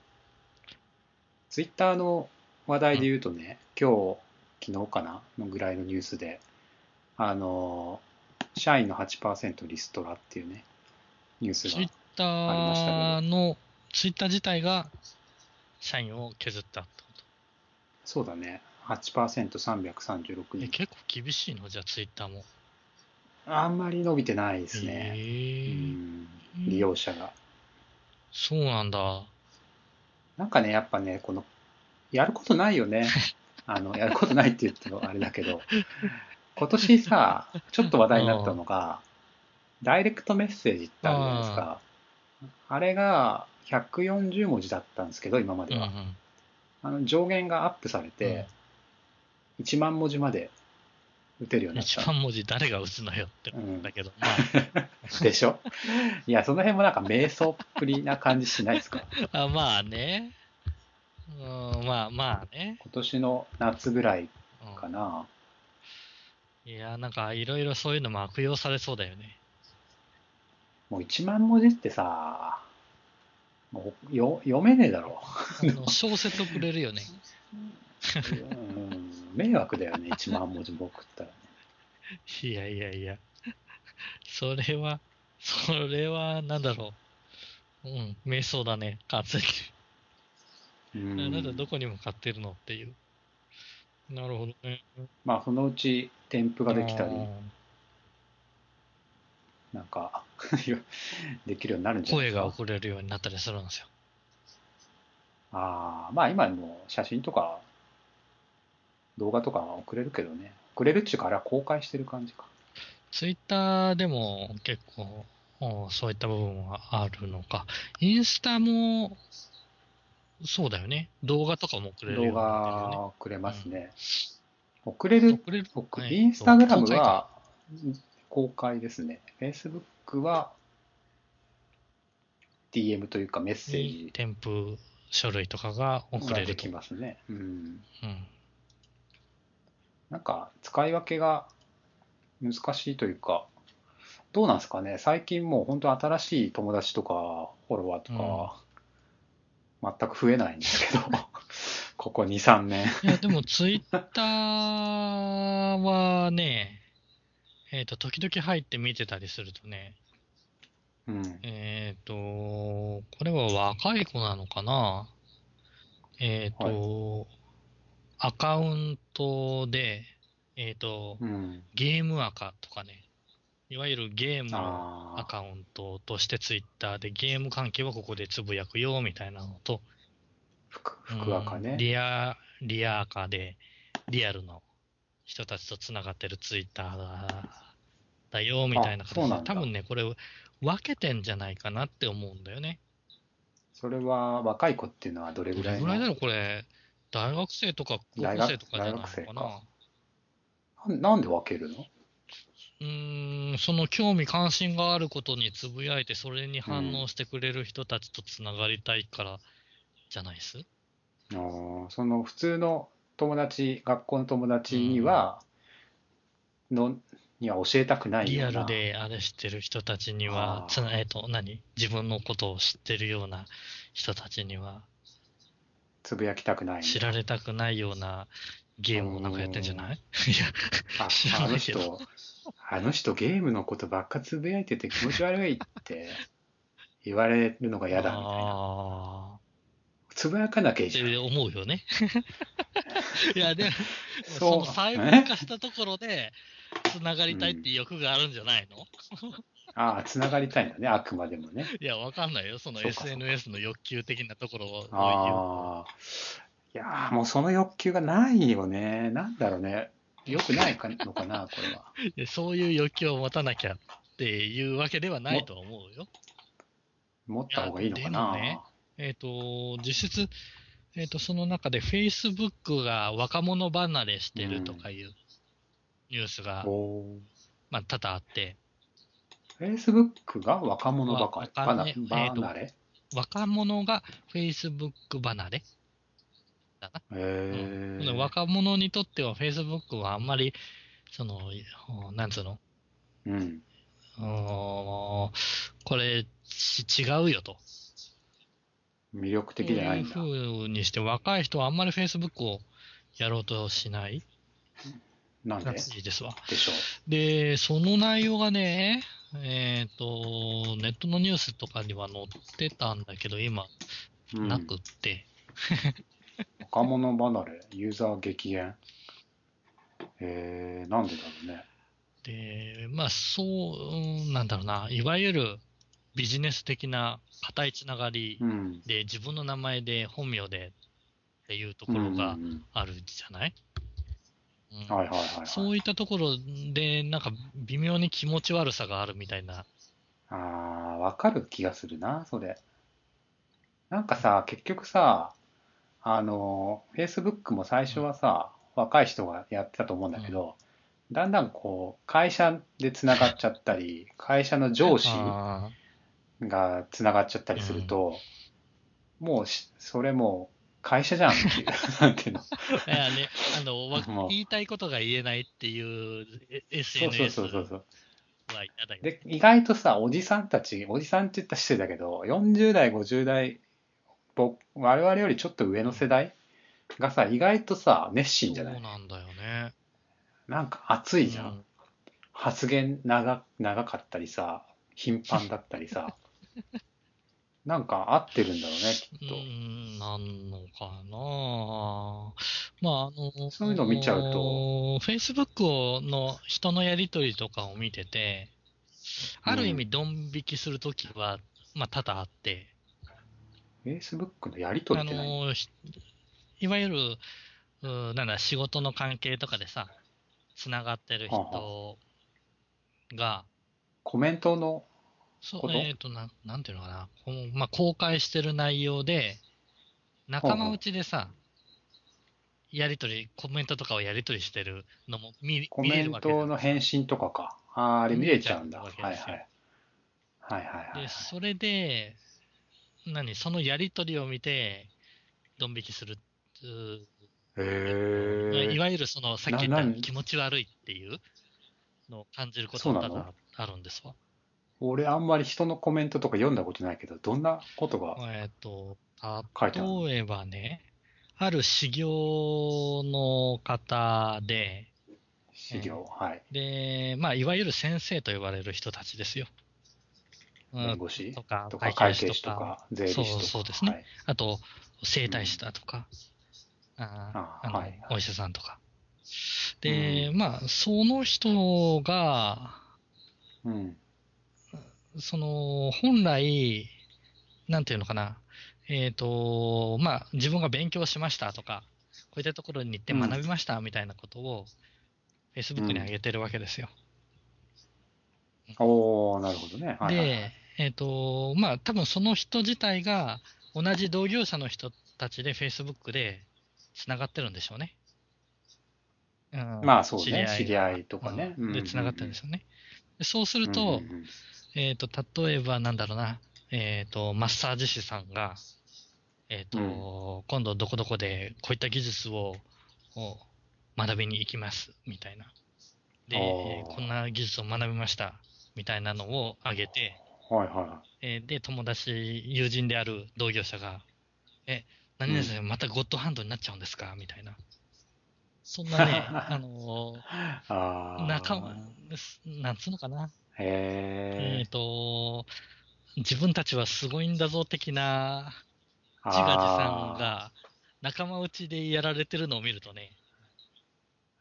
Speaker 1: ツイッターの話題で言うとね、今日、昨日かなのぐらいのニュースで、あの、社員の8%リストラっていうね、ニュース
Speaker 2: ツイッ
Speaker 1: が。
Speaker 2: タ
Speaker 1: りました
Speaker 2: ーの、ツイッター自体が社員を削ったってこ
Speaker 1: そうだね。8%336
Speaker 2: と。え
Speaker 1: 人。
Speaker 2: 結構厳しいのじゃあツイッターも。
Speaker 1: あんまり伸びてないです
Speaker 2: へ
Speaker 1: ね。う
Speaker 2: ー
Speaker 1: ん利用者が。
Speaker 2: そうなんだ。
Speaker 1: なんかね、やっぱね、この、やることないよ
Speaker 2: (laughs)
Speaker 1: ね。あの、やることないって言ってもあれだけど、今年さ、ちょっと話題になったのが、ダイレクトメッセージってあるじゃないですか。あれが140文字だったんですけど、今ま
Speaker 2: う
Speaker 1: で
Speaker 2: んう
Speaker 1: は。
Speaker 2: ん
Speaker 1: あの上限がアップされて、1万文字まで打てるようになっ
Speaker 2: 一
Speaker 1: た。
Speaker 2: 番文字誰が打つのよって思うんだけど、ま
Speaker 1: でしょいや、その辺もなんか瞑想っぷりな感じしないですか (laughs)
Speaker 2: あ、あまあね。うん、まあまあね。
Speaker 1: 今年の夏ぐらい
Speaker 2: うん
Speaker 1: かな。
Speaker 2: いや、なんかいろいろそういうのも悪用されそうだよね。
Speaker 1: もう1万文字ってさ、もうよ読めねえだろ。
Speaker 2: あ
Speaker 1: (laughs)
Speaker 2: の小説をくれるよね。
Speaker 1: うん迷惑だよ
Speaker 2: (laughs)
Speaker 1: ね、1万文字僕ったら、ね。
Speaker 2: いやいやいや。それは、それは、なんだろう。うん、瞑想だね、完全に。
Speaker 1: うん
Speaker 2: なんだ、どこに向かってるのっていう。なるほどね。
Speaker 1: まあ、そのうち添付ができたり
Speaker 2: う、ん
Speaker 1: なんか、 (laughs) できるようになるんじゃない
Speaker 2: 声
Speaker 1: です
Speaker 2: が
Speaker 1: か。
Speaker 2: 送れるようになったりするんですよ。
Speaker 1: ああ、まあ今もう写真とか、動画とかは送れるけどね。送れるっていうか、あれは公開してる感じか。
Speaker 2: ツイッターでも結構おそういった部分はあるのか。インスタも、そうだよね。動画とかも送れるよ
Speaker 1: 動
Speaker 2: うになってるよね
Speaker 1: 画送れますね。送れる、
Speaker 2: 送れる。
Speaker 1: 送
Speaker 2: ね
Speaker 1: インスタグラム
Speaker 2: 公開
Speaker 1: は
Speaker 2: か
Speaker 1: 公開ですね。Facebook は DM というかメッセー
Speaker 2: に
Speaker 1: ジ
Speaker 2: 添付書類とかが送
Speaker 1: が
Speaker 2: れる
Speaker 1: で
Speaker 2: と
Speaker 1: き。ますね。うん。
Speaker 2: うん
Speaker 1: なんか使い分けが難しいというか、どうなんですかね。最近もう本当新しい友達とかフォロワーとか、全く増えないんですけど、 (laughs) ここ2、3年。
Speaker 2: いや、でもツイッターはね、えっ、と、時々入って見てたりするとね、
Speaker 1: うん。
Speaker 2: えっ、と、これは若い子なのかなえっ、と、アカウントで、えっ、と、
Speaker 1: うん。
Speaker 2: ゲームアカとかね、いわゆるゲームの
Speaker 1: あ
Speaker 2: ア
Speaker 1: あ。
Speaker 2: カウントとしてツイッターでゲーム関係はここでつぶやくよみたいなのと、
Speaker 1: 福福岡
Speaker 2: うん
Speaker 1: ね。
Speaker 2: リア、リアアカで、リアルの人たちとつながってるツイッターだだよみたいな
Speaker 1: あそう
Speaker 2: 形
Speaker 1: な
Speaker 2: で
Speaker 1: ん、だ
Speaker 2: 多分ね、これ分けてんじゃないかなって思うんだよね。
Speaker 1: それは若い子っていうのはどれ
Speaker 2: ど
Speaker 1: ぐら
Speaker 2: れ
Speaker 1: い
Speaker 2: ぐ
Speaker 1: の
Speaker 2: らいだろう、これ。大学生とか高
Speaker 1: 大
Speaker 2: 校
Speaker 1: 学
Speaker 2: 生とかじゃないの
Speaker 1: 大学生
Speaker 2: か
Speaker 1: かな
Speaker 2: な。
Speaker 1: んなんで分けるの
Speaker 2: うーん、その興味関心があることにつぶやいて、それに反応してくれる人たちとつながりたいから、じゃないっす
Speaker 1: あーその普通の友達学校の友達には、のには教えたくない
Speaker 2: リ
Speaker 1: よ
Speaker 2: ア
Speaker 1: うな
Speaker 2: ルであれしてる人たちに
Speaker 1: あー
Speaker 2: は、つな、えっと、何自分のことを知ってるような人たちには、
Speaker 1: つぶやきたくない
Speaker 2: 知られたくないようなゲームをなんかやってんじ
Speaker 1: (laughs)
Speaker 2: ゃないい
Speaker 1: あ
Speaker 2: や、知ら
Speaker 1: あの
Speaker 2: ないけど。
Speaker 1: 人あの人ゲームのことばっかつぶやいてて気持ち悪いって言われるのが嫌だみたいな
Speaker 2: あー
Speaker 1: つぶやかなきゃいい
Speaker 2: っ
Speaker 1: じゃん
Speaker 2: て思うよ
Speaker 1: (laughs)
Speaker 2: ね。いや、でも、
Speaker 1: そう
Speaker 2: その細分化したところで、つながりたいっていう欲があるんじゃないの、
Speaker 1: ああつながりたいんだねあくまでもね
Speaker 2: (laughs) いや、わかんないよ。その
Speaker 1: そうかそうか
Speaker 2: SNS の欲求的なところを。
Speaker 1: ああいやーもうその欲求がないよねなんだろうねよくないかのかなこれは
Speaker 2: でそういう欲求を持たなきゃっていうわけではないと思うよ。
Speaker 1: 持った方がいいのかな、
Speaker 2: いやでもねえっ、と、実質、えっ、と、その中で Facebook が若者離れしてるとかいうニュースが、
Speaker 1: おー
Speaker 2: まあ、多々あって、
Speaker 1: Facebook が若者ばかり。
Speaker 2: わ
Speaker 1: ば
Speaker 2: わかん
Speaker 1: な
Speaker 2: ねえ
Speaker 1: 離れ
Speaker 2: 若者が Facebook 離れ
Speaker 1: え
Speaker 2: うん若者にとっては Facebook はあんまり、その、なんつうの
Speaker 1: ーうん。
Speaker 2: うーんこれ、ち違うよと。
Speaker 1: 魅力的じゃないんだ
Speaker 2: そう。いう風にして、若い人はあんまり Facebook をやろうとしない
Speaker 1: なんで
Speaker 2: ら
Speaker 1: で
Speaker 2: しいですわ。
Speaker 1: しょ
Speaker 2: で、その内容がね、えっ、と、ネットのニュースとかには載ってたんだけど、今、
Speaker 1: う。うん
Speaker 2: なくって。
Speaker 1: 若者離れ、ユーザー激減。えー、なんでだろうね。
Speaker 2: で、まあ、そううん、なんだろうな、いわゆるビジネス的な固いつながり
Speaker 1: うん。
Speaker 2: で、自分の名前で、本名でっていうとこ
Speaker 1: うん
Speaker 2: ろ
Speaker 1: うん
Speaker 2: が
Speaker 1: うん
Speaker 2: あるじゃない、うん
Speaker 1: はいはいはいはい。
Speaker 2: そういったところで、なんか微妙に気持ち悪さがあるみたいな。
Speaker 1: ああ、わかる気がするな、それ。なんかさ、結局さ、あの、Facebook も最初はさ、若い人がやってたと思うんだけど、だんだんこう、会社でつながっちゃったり、会社の上司
Speaker 2: あ
Speaker 1: がつながっちゃったりすると、もうし、それもう、会社じゃんっていう、 (laughs) なんていうの。
Speaker 2: ーいやね、あの
Speaker 1: (laughs)
Speaker 2: わ
Speaker 1: もう
Speaker 2: 言いたいことが言えないっていうえ
Speaker 1: そうそう
Speaker 2: SNS
Speaker 1: そう
Speaker 2: は
Speaker 1: そうそう。
Speaker 2: 嫌だよね。
Speaker 1: で、意外とさ、おじさんたち、おじさんって言ったら失礼だけど、40代、50代、僕我々よりちょっと上の世代がさ、意外とさ、熱心じゃな
Speaker 2: そう
Speaker 1: い
Speaker 2: なんだよね。
Speaker 1: なんか熱いじゃん。
Speaker 2: うん
Speaker 1: 発言長長かったりさ、頻繁だったり
Speaker 2: (laughs)
Speaker 1: さ、なんか合ってるんだろうね、
Speaker 2: う
Speaker 1: きっと。
Speaker 2: ん、なんのかなまあ、あの、
Speaker 1: そういうのを見ちゃうと。
Speaker 2: Facebook をの人のやりとりとかを見てて、ある意味、ドン引きするときは、まあ、多々あって、
Speaker 1: Facebook のやりとり
Speaker 2: あ
Speaker 1: って何
Speaker 2: の、ひいわゆる、うーなんだ、仕事の関係とかでさ、つながってる人が、
Speaker 1: コメントの、
Speaker 2: そ
Speaker 1: こ
Speaker 2: う、
Speaker 1: と
Speaker 2: えっ、となん、なんていうのかな、このまあ、公開してる内容で、仲間内でさ、やりとり、コメントとかをやりとりしてるのも見
Speaker 1: コ
Speaker 2: 見れ
Speaker 1: メ
Speaker 2: る
Speaker 1: ン
Speaker 2: わけ
Speaker 1: トの
Speaker 2: で
Speaker 1: 返信とかか。あーあれ見れちゃうんだ。は
Speaker 2: 見れ
Speaker 1: い
Speaker 2: ちゃ
Speaker 1: は
Speaker 2: うわけ
Speaker 1: い。
Speaker 2: ですよ
Speaker 1: はいはいはいはい
Speaker 2: で、。それで、何、そのやりとりを見て、ドン引きする。うー
Speaker 1: へ
Speaker 2: い
Speaker 1: え。
Speaker 2: わゆるその、さっき言っ
Speaker 1: な
Speaker 2: た
Speaker 1: 何
Speaker 2: 気持ち悪いっていうのを感じるこ
Speaker 1: そ
Speaker 2: と
Speaker 1: うな
Speaker 2: が
Speaker 1: の
Speaker 2: 多々あるんですわ。
Speaker 1: 俺あんまり人のコメントとか読んだことないけど、どんなことが。
Speaker 2: えっ、と、
Speaker 1: 書いてある
Speaker 2: 例えばね、ある修行の方で、
Speaker 1: 資料、はい。
Speaker 2: で、まあ、いわゆる先生と呼ばれる人たちですよ。う
Speaker 1: 弁
Speaker 2: ん、
Speaker 1: 護士
Speaker 2: とか、
Speaker 1: とか
Speaker 2: 会
Speaker 1: 会
Speaker 2: 計
Speaker 1: 計
Speaker 2: 士
Speaker 1: 士
Speaker 2: と
Speaker 1: と
Speaker 2: か、
Speaker 1: か、税理士とか。
Speaker 2: そうそうですね
Speaker 1: はい
Speaker 2: あと、整体師だとか、あ
Speaker 1: あ
Speaker 2: ーあの
Speaker 1: はい
Speaker 2: お医者さんとか。で、まあ、その人が、
Speaker 1: うん。
Speaker 2: その、本来、なんていうのかな、えっ、と、まあ、自分が勉強しましたとか、こういったところに行って学びましたみたいなことを、Facebook に上げてるわけですよ。
Speaker 1: おおなるほどね。はいはいはい
Speaker 2: で、えっ、と、まあ、多分その人自体が、同じ同業者の人たちで Facebook で繋がってるんでしょうね。うん
Speaker 1: まあそうね。知
Speaker 2: 知
Speaker 1: り
Speaker 2: り合い
Speaker 1: 合いと
Speaker 2: と
Speaker 1: かね。
Speaker 2: で、繋がってるんですよね。でそうすると、
Speaker 1: うんうんうん
Speaker 2: えっ、と、例えばなんだろうな、えっ、と、マッサージ師さんが、えっ、と、今度どこどこでこういった技術をを学びに行きます、みたいな。で、
Speaker 1: あー
Speaker 2: えーこんな技術を学びました、みたいなのをあげて、
Speaker 1: はいはいは
Speaker 2: えーで、友達、友人である同業者が、え、何々さん、またゴッドハンドになっちゃうんですかみたいな。そんなね、あの
Speaker 1: い。あ
Speaker 2: ー
Speaker 1: あ。
Speaker 2: 仲間、すなんつうのかな、え
Speaker 1: へえ
Speaker 2: っ、。と、自分たちはすごいんだぞ的な
Speaker 1: あー
Speaker 2: 自画自賛。が仲間内でやられてるのを見るとね、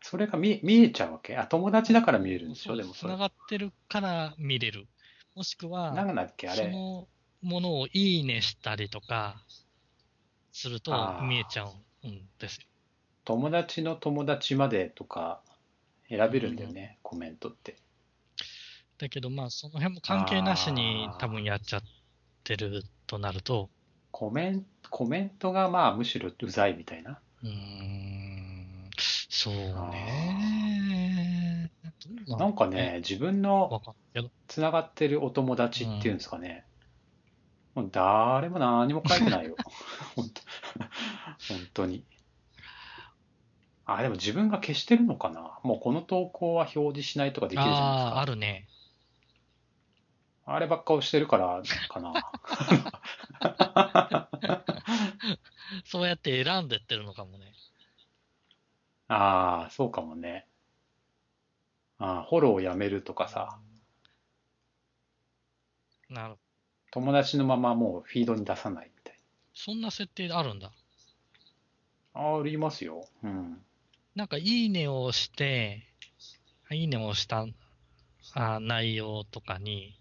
Speaker 1: それが見見えちゃうわけあ、友達だから見えるんでしょでもそ
Speaker 2: つ
Speaker 1: れ。
Speaker 2: ながってるから見れる。もしくは、
Speaker 1: なんだっけあ
Speaker 2: そ
Speaker 1: れ。
Speaker 2: のものをいいねしたりとかすると
Speaker 1: あー
Speaker 2: 見えちゃうんですよ。
Speaker 1: 友達の友達までとか選べるんだよね、コメントって。
Speaker 2: だけど、まあ、その辺も関係なしに
Speaker 1: あー
Speaker 2: 多分やっちゃってるとなると、
Speaker 1: コメンコメントがまあむしろうざいみたいな。
Speaker 2: うーん、そうね。ね。どう
Speaker 1: なんかね、自分の
Speaker 2: わかんないけど。
Speaker 1: つながってるお友達っていうんですかね。もう誰も何も書いてない (laughs) よ。本当本当に。あ、でも自分が消してるのかな。もうこの投稿は表示しないとかできるじゃないです
Speaker 2: あ
Speaker 1: か
Speaker 2: あ、。あるね。
Speaker 1: あればっか押してるからか (laughs) な。
Speaker 2: そうやって選んでってるのかもね。
Speaker 1: ああ、そうかもね。ああ、フォローをやめるとかさ、
Speaker 2: なる
Speaker 1: 友達のままもうフィードに出さないみたい
Speaker 2: そんな設定あるんだ。
Speaker 1: な。ああ、ありますよ。うん。
Speaker 2: なんか、いいねをして、いいねをしたあ内容とかに、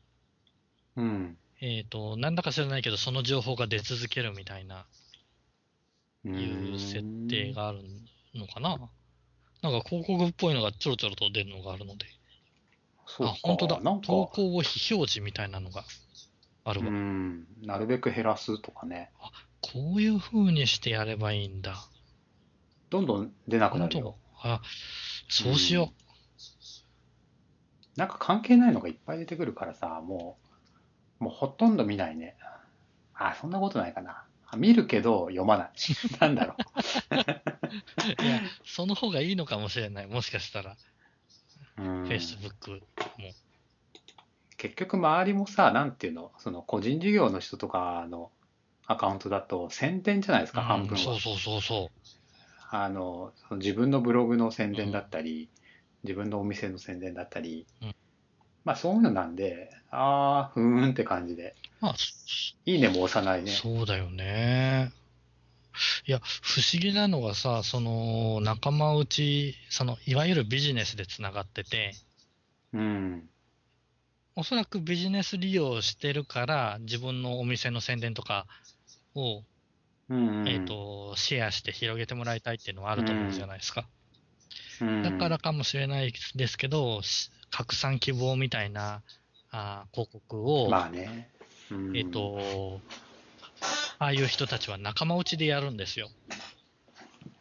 Speaker 1: うん。
Speaker 2: えっ、と、なんだか知らないけど、その情報が出続けるみたいな、
Speaker 1: う
Speaker 2: いう設定
Speaker 1: ん。
Speaker 2: があるのかな。なんか、広告っぽいのがちょろちょろと出るのがあるので。
Speaker 1: そう
Speaker 2: あ、
Speaker 1: か。
Speaker 2: 本当だ。
Speaker 1: なんか、
Speaker 2: 投稿を非表示みたいなのがある
Speaker 1: う
Speaker 2: わ。
Speaker 1: ん。なるべく減らすとかね。
Speaker 2: こういう風にしてやればいいんだ。
Speaker 1: どんどん出なくな
Speaker 2: 本
Speaker 1: るよ
Speaker 2: 当。あ、そうしよ
Speaker 1: なんか関係ないのがいっぱい出てくるからさ、もう、もうほとんど見ないね。ああ、そんなことないかな。あ見るけど読まない。 (laughs) なんだろう。
Speaker 2: う。いや、その方がいいのかもしれない。もしかしたら、
Speaker 1: うん。
Speaker 2: Facebook。
Speaker 1: 結局周りもさ、なんていうの、その個人事業の人とかのアカウントだと宣伝じゃないですか、半
Speaker 2: うん
Speaker 1: 分
Speaker 2: そ
Speaker 1: は
Speaker 2: う。そうそうそ
Speaker 1: あの、その自分のブログの宣伝だったり、自分のお店の宣伝だったり
Speaker 2: うん、
Speaker 1: まあそういうのなんで、ああ、ふーんって感じで、
Speaker 2: う。まあ、そ
Speaker 1: いいねも押さないね。
Speaker 2: そうだよね。いや、不思議なのがさ、その、仲間内、その、いわゆるビジネスでつながってて、
Speaker 1: うん。
Speaker 2: おそらくビジネス利用してるから、自分のお店の宣伝とかを、
Speaker 1: うんうん
Speaker 2: えっ、、と、シェアして広げてもらいたいっていうのはあると思うじゃないですか。
Speaker 1: うん
Speaker 2: だから、かもしれないですけど、し拡散希望みたいなあー広告を、
Speaker 1: まあね。うん
Speaker 2: えっ、、と、ああいう人たちは仲間内でやるんですよ。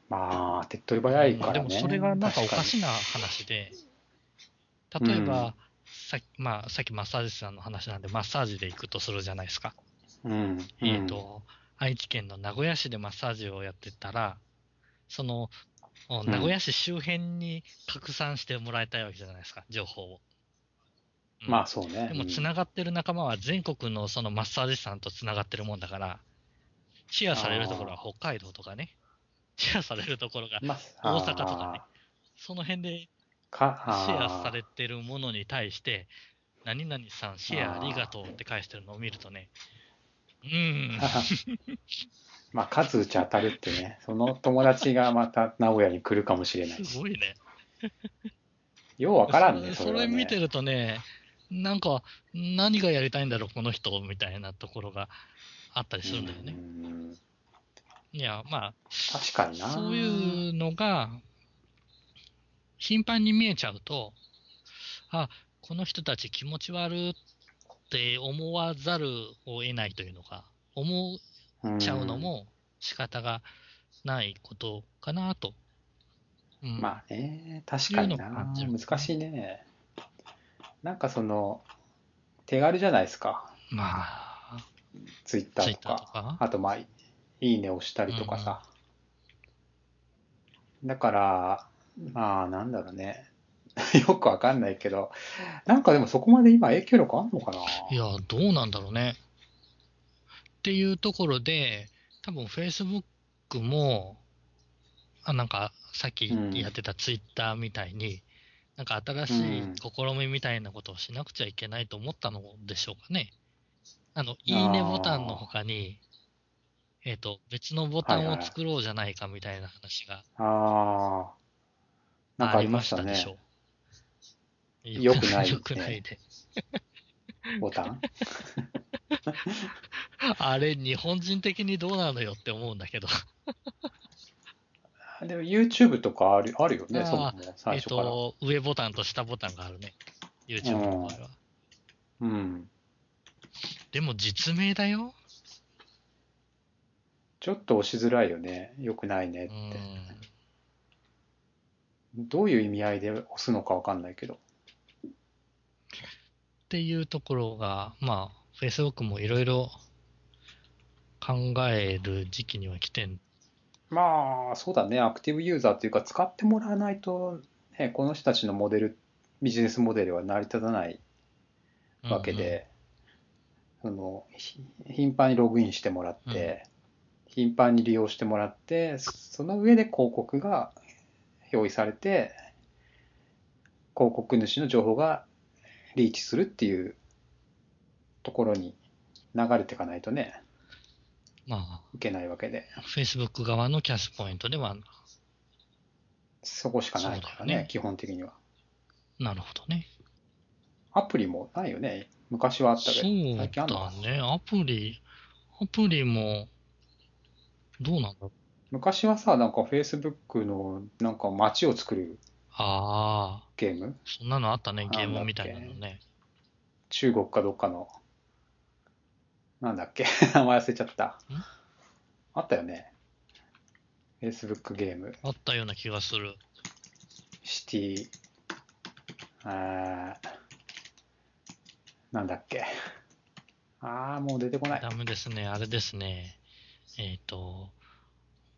Speaker 1: まあ、手っ取り早いからね。
Speaker 2: うんでもそれがなんかおかし
Speaker 1: い。
Speaker 2: な話で、例え
Speaker 1: う
Speaker 2: ば、
Speaker 1: ん
Speaker 2: さまあ、さっきマッサージ師さんの話なんで、マッサージで行くとするじゃないですか。
Speaker 1: うん。
Speaker 2: えっ、と、愛知県の名古屋市でマッサージをやってたら、その、お
Speaker 1: ん
Speaker 2: 名古屋市周辺に拡散してもらいたいわけじゃないですか、情報を。
Speaker 1: う
Speaker 2: うん
Speaker 1: ん。まあそうね。
Speaker 2: でも、つながってる仲間は全国のそのマッサージ師さんとつながってるもんだから、シェアされるところは北海道とかね、 (laughs) シェアされるところが、
Speaker 1: まあ、
Speaker 2: 大阪とかね
Speaker 1: あ
Speaker 2: その辺で
Speaker 1: ー。か、
Speaker 2: シ
Speaker 1: あー
Speaker 2: ェアされてるものに対して、何々さん、シェアありがとうって返してるのを見るとね、うーん、
Speaker 1: (laughs) まあ、数打ち当たるってね、その友達がまた名古屋に来るかもしれない
Speaker 2: す
Speaker 1: し、
Speaker 2: ごいね。
Speaker 1: ようわからんね、そ
Speaker 2: それ
Speaker 1: れは、ね。
Speaker 2: それ見てるとね、なんか、何がやりたいんだろう、この人、みたいなところがあったりするんだよね
Speaker 1: う。ん
Speaker 2: いや、ま
Speaker 1: 確か
Speaker 2: あ、
Speaker 1: にな。
Speaker 2: そういうのが、頻繁に見えちゃうと、あ、この人たち気持ち悪って思わざるを得ないというのか、思っちゃうのも仕方がないことかなと。う
Speaker 1: うんん、まあね、確かに
Speaker 2: そういうのを
Speaker 1: な
Speaker 2: 感じ。る
Speaker 1: 難しいね。なんかその、手軽じゃないですか。
Speaker 2: まあ、
Speaker 1: ツイッタ
Speaker 2: ツイ
Speaker 1: ー
Speaker 2: ッ
Speaker 1: と
Speaker 2: ター
Speaker 1: か
Speaker 2: と。か。
Speaker 1: あと、まあ、いいね押したりとかさ。だから、まあ、なんだろうね。 (laughs) よくわかんないけど、なんかでもそこまで今影響力あんのかない
Speaker 2: や、どうなんだろうね。っていうところで、多分 Facebook も、あなんかさっき
Speaker 1: うん
Speaker 2: やってた Twitter みたいに、なんか新しい
Speaker 1: うん
Speaker 2: 試みみたいなことをしなくちゃいけないと思ったのでしょうかね。あの、いいねボタンの他に、えっ、と、別のボタンを作ろうじゃないかみたいな話が
Speaker 1: ああ、なんか
Speaker 2: あ
Speaker 1: あり
Speaker 2: りま
Speaker 1: ま
Speaker 2: し
Speaker 1: したた
Speaker 2: で
Speaker 1: ね
Speaker 2: し。ょう。
Speaker 1: 良くない
Speaker 2: 良くないで。
Speaker 1: ボタン。
Speaker 2: あれ、日本人的にどうなのよって思うんだけど。
Speaker 1: でも YouTube とかあるあるよね、
Speaker 2: あー
Speaker 1: そもそも最
Speaker 2: えっ
Speaker 1: 初から。
Speaker 2: と、上ボタンと下ボタンがあるね。YouTube の場合は。
Speaker 1: うん。
Speaker 2: でも実名だよ。
Speaker 1: ちょっと押しづらいよね。良くないねっ
Speaker 2: うん
Speaker 1: て。。どういう意味合いで押すのかわかんないけど。
Speaker 2: っていうところが、まあ、Facebook もいろいろ考える時期には来てん。
Speaker 1: まあ、そうだね、アクティブユーザーというか、使ってもらわないと、ね、この人たちのモデル、ビジネスモデルは成り立たないわけで、そのひ頻繁にログインしてもらって、頻繁に利用してもらって、その上で広告が表示されて、広告主の情報がリーチするっていうところに流れていかないとね、
Speaker 2: うんうん。ま
Speaker 1: いけないわけで、
Speaker 2: あ、Facebook 側のキャッシュポイントでは、
Speaker 1: そこしかないか
Speaker 2: そう
Speaker 1: ら
Speaker 2: だよ
Speaker 1: ね
Speaker 2: ね
Speaker 1: 基本的には。
Speaker 2: なるほどね。
Speaker 1: アプリもないよね。昔はあったけ
Speaker 2: そう
Speaker 1: ど、最近あんの
Speaker 2: だね。アプリ、アプリも、どうなんだろう。
Speaker 1: 昔はさ、なんか Facebook のなんか街を作る
Speaker 2: ああ、
Speaker 1: ゲーム
Speaker 2: そんなのあったね。ゲームみたいな
Speaker 1: なん
Speaker 2: の
Speaker 1: だっ
Speaker 2: ね。
Speaker 1: 中国かどっかの、なんだっけ (laughs) 名前忘れちゃった。あったよね。Facebook ゲーム、
Speaker 2: あったような気がする。
Speaker 1: シティ、あーなんだっけ。ああ、もう出てこない。
Speaker 2: ダメですね。あれですね。えっ、と、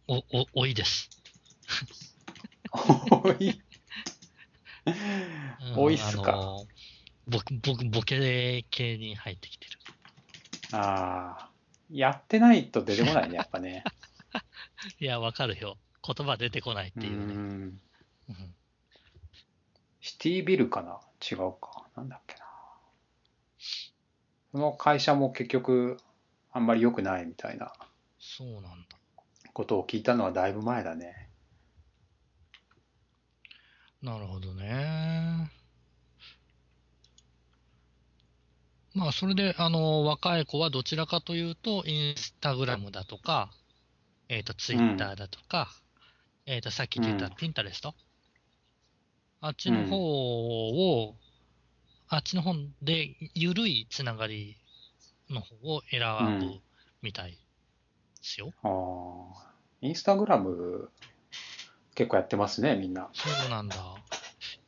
Speaker 2: お、お、おいです。
Speaker 1: おい。 (laughs)
Speaker 2: うん
Speaker 1: おいっすか
Speaker 2: あの僕、僕、ボケ系に入ってきてる。
Speaker 1: ああ、やってないと出てこないね、やっぱね。
Speaker 2: いや、わかるよ。言葉出てこないって
Speaker 1: う
Speaker 2: いうね。
Speaker 1: ん。
Speaker 2: うん
Speaker 1: シティビルかな違うか。なんだっけな。その会社も結局、あんまり良くないみたいな
Speaker 2: そうなんだ。
Speaker 1: ことを聞いたのはだいぶ前だね。
Speaker 2: なるほどね。まあ、それで、あの、若い子はどちらかというと、インスタグラムだとか、えっ、と、ツイッターだとか、えっ、と、さっき出た
Speaker 1: うん
Speaker 2: ピンタレスト、あっちの方を、あっちの方で、ゆるいつながりの方を選ぶみたいですよ。
Speaker 1: ああ。インスタグラム、結構やってますね、みんな。
Speaker 2: そうなんだ。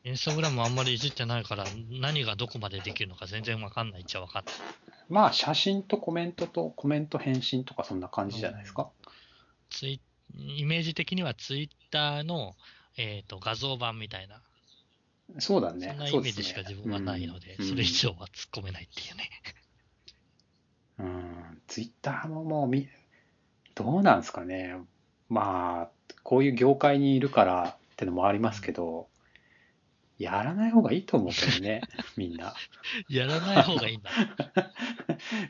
Speaker 2: インスタグラムあんまりいじってないから、何がどこまでできるのか全然わかんないっちゃわかんない。
Speaker 1: まあ、写真とコメントと、コメント返信とかそんな感じじゃないですか。
Speaker 2: ツイイメージ的にはツイッターの、えー、と画像版みたいな、
Speaker 1: そうだ
Speaker 2: そ
Speaker 1: ね
Speaker 2: ん。な
Speaker 1: そ
Speaker 2: イ
Speaker 1: う
Speaker 2: メ
Speaker 1: ですね
Speaker 2: ージしか自分はないので、それ以。上は突っ込めないっていうね。 (laughs)
Speaker 1: うんうん。ツイッターももうみ、どうなんですかね。まあ、こういう業界にいるからってのもありますけど、やらない方がいいと思うけど
Speaker 2: (laughs)
Speaker 1: ね、みんな。
Speaker 2: やらない方がいいんだ。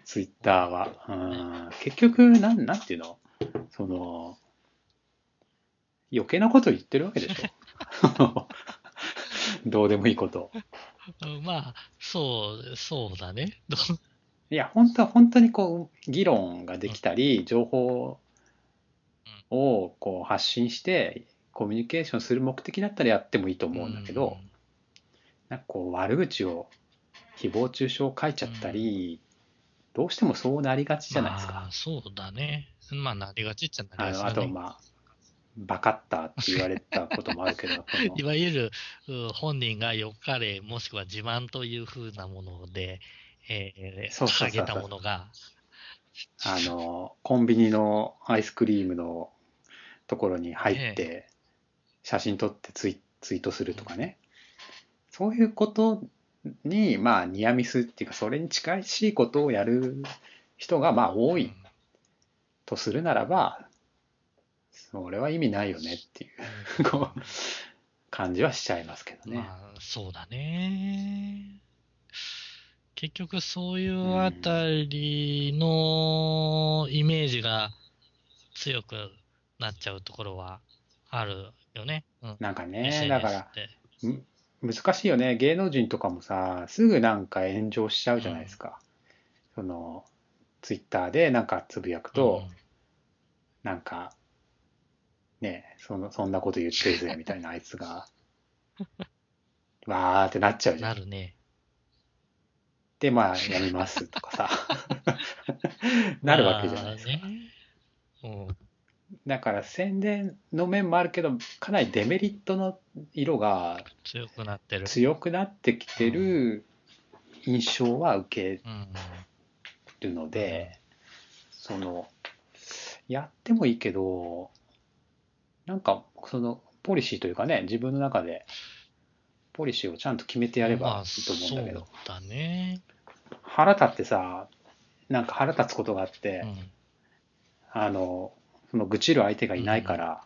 Speaker 1: ツイッターは。うん結局、なん、なんていうのその、余計なこと言ってるわけでしょ。 (laughs) どうでもいいこと。
Speaker 2: うんまあ、そう、そうだね。ど
Speaker 1: いや、本当は本当にこう、議論ができたり、情報をこう発信して、コミュニケーションする目的だったらやってもいいと思うんだけど、なんかこう、悪口を、誹謗中傷を書いちゃったり、どうしてもそうなりがちじゃないですか。
Speaker 2: まあ、そうだね。まあ、なりがちっちゃな
Speaker 1: あ
Speaker 2: り
Speaker 1: の
Speaker 2: が
Speaker 1: あ
Speaker 2: ちだ
Speaker 1: と、
Speaker 2: ね。
Speaker 1: まあ、バカッターって言われたこともある
Speaker 2: (laughs)
Speaker 1: けど、この
Speaker 2: いわゆるうん本人が良かれ、もしくは自慢というふうなもので、えー
Speaker 1: そうそうそうそう
Speaker 2: 掲げたものが、
Speaker 1: あの、コンビニのアイスクリームのところに入って、写真撮ってツイツイートするとかね。そういうことに、まあ、ニアミスっていうか、それに近いしいことをやる人が、まあ、多いとするならば、それは意味ないよねっていう
Speaker 2: う
Speaker 1: (laughs)
Speaker 2: ん
Speaker 1: こう感じはしちゃいますけどね。
Speaker 2: まあ、そうだね。結局、そういうあたりのイメージが強くなっちゃうところはあるよね。うん。
Speaker 1: なんかね、
Speaker 2: SNS
Speaker 1: だから
Speaker 2: っ、て
Speaker 1: む難しいよね芸能人とかもさすぐなんか炎上しちゃうじゃないですか、そのツイッターでなんかつぶやくと、なんかねそのそんなこと言ってるぜみたいなあいつがわーってなっちゃ
Speaker 2: う
Speaker 1: うんじゃ
Speaker 2: なんるね。
Speaker 1: でまあやり (laughs) ますとかさなるわけじゃないですか、
Speaker 2: まあねうん
Speaker 1: だから宣伝の面もあるけど、かなりデメリットの色が
Speaker 2: 強くなってる。
Speaker 1: 強くなってきてる印象は受
Speaker 2: うん。
Speaker 1: けるので、その、やってもいいけど、なんか、その、ポリシーというかね、自分の中で、ポリシーをちゃんと決めてやればいいと思うんだけど
Speaker 2: ま、あそうだね。
Speaker 1: 腹立ってさ、なんか腹立つことがあって、
Speaker 2: うん。
Speaker 1: あの、その愚痴る相手がいないから、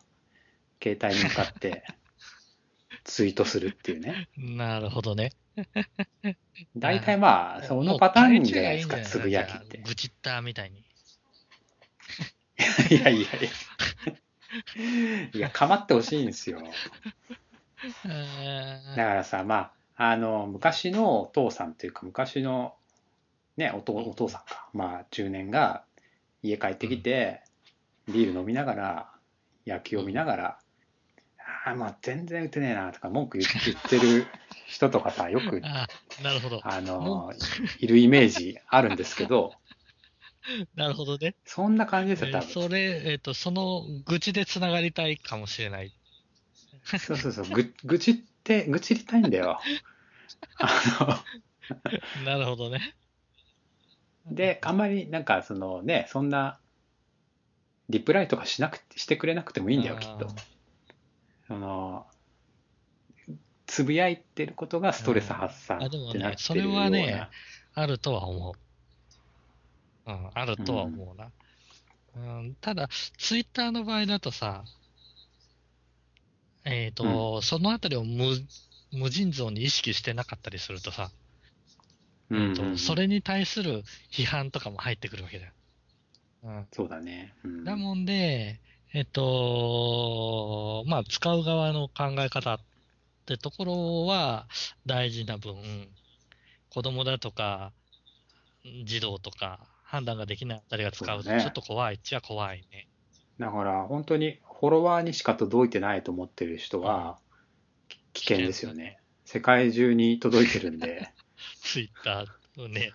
Speaker 1: 携帯に向か (laughs) って、ツイートするっていうね。
Speaker 2: なるほどね。
Speaker 1: 大体まあ、そのパターンじゃないですか、つぶやきって。
Speaker 2: ブチッターみたいに。
Speaker 1: いやいやい (laughs) や。いや、かまってほしいんですよ。だ
Speaker 2: え
Speaker 1: からさ、まあ、あの、昔のお父さんというか、昔の、ね、おとお父さんか、まあ、中年が家帰ってきて、ビール飲みながら、野球を見ながら、ああ、まあ、全然打てねえな、とか、文句言って言ってる人とかさ、よく
Speaker 2: ー、あーなるほど。
Speaker 1: あ
Speaker 2: も
Speaker 1: の、いるイメージあるんですけど、
Speaker 2: なるほどね。
Speaker 1: そんな感じですよ、
Speaker 2: え
Speaker 1: 多
Speaker 2: ー
Speaker 1: 分。
Speaker 2: それ、えっ、と、その愚痴でつながりたいかもしれない。
Speaker 1: そうそうそう、ぐ、愚痴って、愚痴りたいんだよ。あ
Speaker 2: なるほどね。
Speaker 1: の、で、あんまり、なんか、そのね、そんな、リプライとかしなくて、してくれなくてもいいんだよ、きっと。その、つぶやいてることがストレス発散
Speaker 2: あーあ
Speaker 1: っ
Speaker 2: でも
Speaker 1: て
Speaker 2: ね
Speaker 1: なってるよう
Speaker 2: それ
Speaker 1: な。
Speaker 2: はねあるとは思う。うん、あるとは思うな。うんただ、ツイッターの場合だとさ、えっ、と、そのあたりを無無尽蔵に意識してなかったりするとさ、
Speaker 1: うんうんうん
Speaker 2: とそれに対する批判とかも入ってくるわけだよ。うん、
Speaker 1: そうだね。うん
Speaker 2: だもんで、えっと、まあ、使う側の考え方ってところは大事な分、子供だとか、児童とか、判断ができないあたりが使うと、
Speaker 1: そうね
Speaker 2: ちょっと怖いっちゃ怖いね。
Speaker 1: だから本当にフォロワーにしか届いてないと思ってる人はき危険ですよね。世界中に届いてるんで。
Speaker 2: ツイッターのね、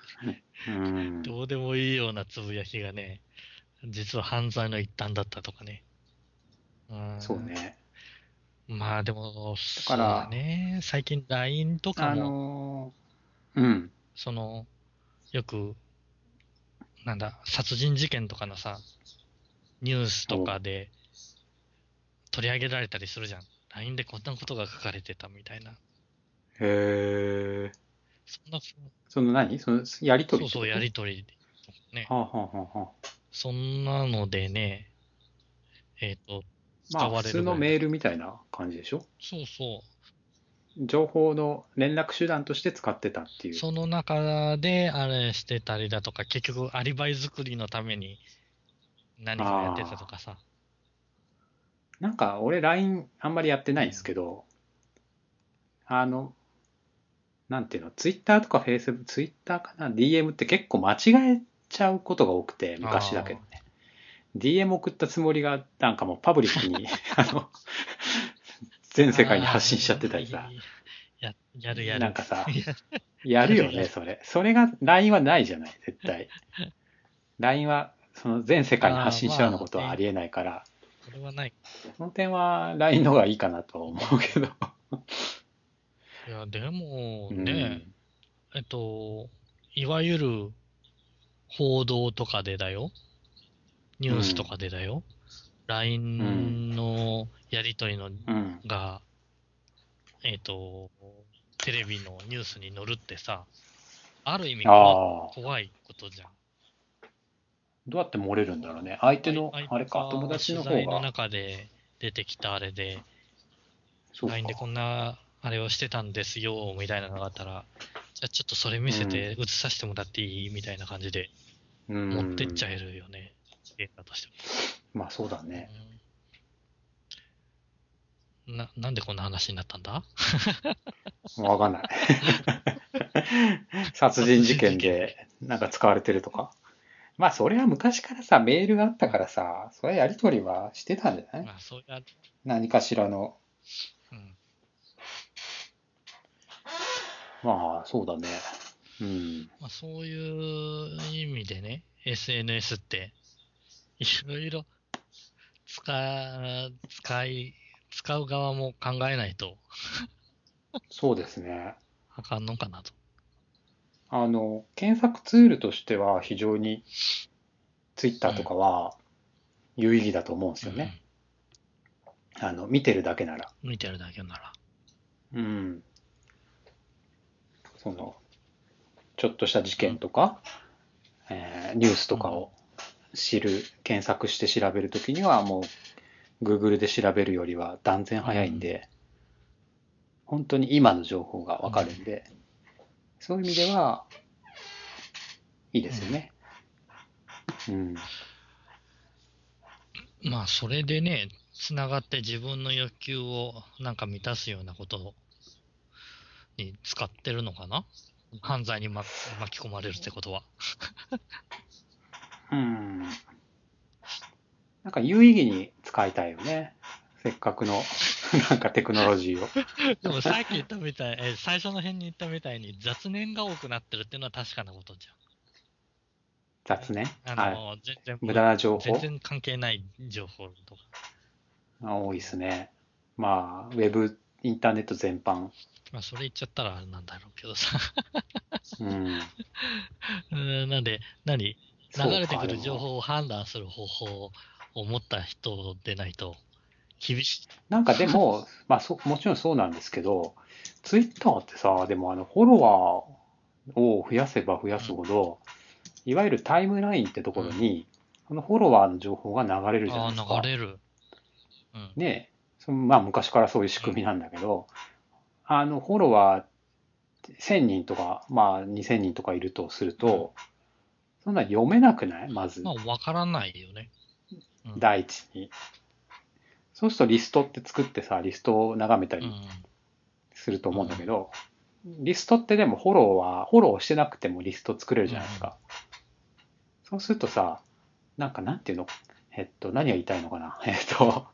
Speaker 1: うん、
Speaker 2: (laughs) どうでもいいようなつぶやきがね、実は犯罪の一端だったとかね。うん
Speaker 1: そう。ね。
Speaker 2: まあでも、そ
Speaker 1: か
Speaker 2: う
Speaker 1: ら
Speaker 2: だね。最近 LINE とか
Speaker 1: あ
Speaker 2: も、
Speaker 1: のーうん。
Speaker 2: その、よく、なんだ、殺人事件とかのさ、ニュースとかで取り上げられたりするじゃん。LINE でこんなことが書かれてたみたいな。
Speaker 1: へえ。
Speaker 2: そんな、
Speaker 1: その何そのやりとり
Speaker 2: そうそう、やりとり。
Speaker 1: はあ、はあはあはあ、
Speaker 2: そんなのでね、えっ、と、
Speaker 1: ま
Speaker 2: 使
Speaker 1: あ
Speaker 2: わ
Speaker 1: 普
Speaker 2: れ
Speaker 1: 通
Speaker 2: るぐらい
Speaker 1: のメールみたいな感じでしょ
Speaker 2: そうそ。
Speaker 1: 情報の連絡手段として使ってたっていうう。
Speaker 2: その中で、あれしてたりだとか、結局、アリバイ作りのために何かをやってたとかさ。
Speaker 1: なんか俺 LINE あんまりやってないんですけど、あの、なんていうの、Twitter とか Facebook、Twitter かな、DM って結構間違えちゃうことが多くて、昔だけどね。DM 送ったつもりが、なんかもうパブリック
Speaker 2: (laughs)
Speaker 1: に、あの、全世界に発信しちゃってたりさ。
Speaker 2: や、やるやる。
Speaker 1: なんかさ
Speaker 2: (laughs) いや、
Speaker 1: やるよね、それ。それが、LINE はないじゃない、絶対。LINE は、その全世界に発信しちゃうようなことはありえないから、
Speaker 2: これはない。
Speaker 1: その点は LINE の方がいいかなとは思うけど。
Speaker 2: いや、でも
Speaker 1: うん
Speaker 2: ね、えっと、いわゆる報道とかでだよ、ニュースとかでだよ、LINE のやりとりの
Speaker 1: うん。
Speaker 2: が、えっと、テレビのニュースに載るってさ、ある意味怖
Speaker 1: ああ。
Speaker 2: 怖いことじゃん。
Speaker 1: どうやって漏れるんだろうね。相手の
Speaker 2: あい、
Speaker 1: あれか、友達の方
Speaker 2: 取材の
Speaker 1: が。
Speaker 2: 中で出てきたあれで、
Speaker 1: そうか
Speaker 2: LINE でこんなあれをしてたんですよみたいなのがあったら、じゃあちょっとそれ見せて映させてもらっていいみたいな感じで
Speaker 1: うん
Speaker 2: 持ってっちゃえるよね、データとして
Speaker 1: まあそうだ
Speaker 2: も
Speaker 1: ね。
Speaker 2: うんな、なんでこんな話になったんだ
Speaker 1: わ
Speaker 2: (laughs)
Speaker 1: かんない。殺人事件で、なんか使われてるとか。まあそれは昔からさ、メールがあったからさ、それはやりとりはしてたんじゃない
Speaker 2: まあ、そうや、
Speaker 1: 何かしらの。
Speaker 2: うん。
Speaker 1: まあそうだね。うん。
Speaker 2: まあ、そういう意味でね、SNS って、いろいろ使、使い、使う側も考えないと
Speaker 1: そうですね。
Speaker 2: あかんのかなと。
Speaker 1: あの、検索ツールとしては非常に Twitter とかは有意義だと思うんですよね。あの、見てるだけなら。
Speaker 2: うん。見てるだけなら。
Speaker 1: うん。その、ちょっとした事件とか、えーニュースとかを知る、検索して調べるときにはもう Google で調べるよりは断然早いんで、本当に今の情報がわかるんで、そういう意味では、いいですよね。うん。
Speaker 2: まあ、それでね、つながって自分の欲求をなんか満たすようなことに使ってるのかな犯罪に、ま、巻き込まれるってことは。
Speaker 1: うん。なんか有意義に使いたいよね。せっかくの、 (laughs) なんかテクノロジーを。
Speaker 2: でもさっき言ったみたい、え最初の辺に言ったみたいに雑念が多くなってるっていうのは確かなことじ
Speaker 1: 雑念。
Speaker 2: ゃん。あ
Speaker 1: はい。
Speaker 2: の、全然、
Speaker 1: 無駄な情報
Speaker 2: 全然関係ない情報とか。
Speaker 1: が多いですね。まあ、ウェブ、インターネット全般。
Speaker 2: まあ、それ言っちゃったらあれなんだろうけどさ。 (laughs)
Speaker 1: うん。
Speaker 2: うーんなんで、何 (laughs) 流れてくる情
Speaker 1: そうか。でも
Speaker 2: 報を判断する方法を持った人でないと、厳しい。
Speaker 1: なんかでも、 (laughs) まあそ、もちろんそうなんですけど、ツイッターってさ、でもあの、フォロワーを増やせば増やすほど、いわゆるタイムラインってところに、このフォロワーの情報が流れるじゃない
Speaker 2: あ
Speaker 1: ですか。
Speaker 2: あ、流れる。うん。
Speaker 1: で、そのまあ昔からそういう仕組みなんだけど、あの、フォロワー1000人とか、まあ2000人とかいるとすると、そんな読めなくないまず
Speaker 2: ま、あ、わからないよね。うん
Speaker 1: 第一に。そうするとリストって作ってさ、リストを眺めた
Speaker 2: うん
Speaker 1: り。すると思うんだけど、リストってでもフォローは、フォローしてなくてもリスト作れるじゃないですか。そうするとさ、なんかなんていうのえっと、何が言いたいのかな (laughs) えっと、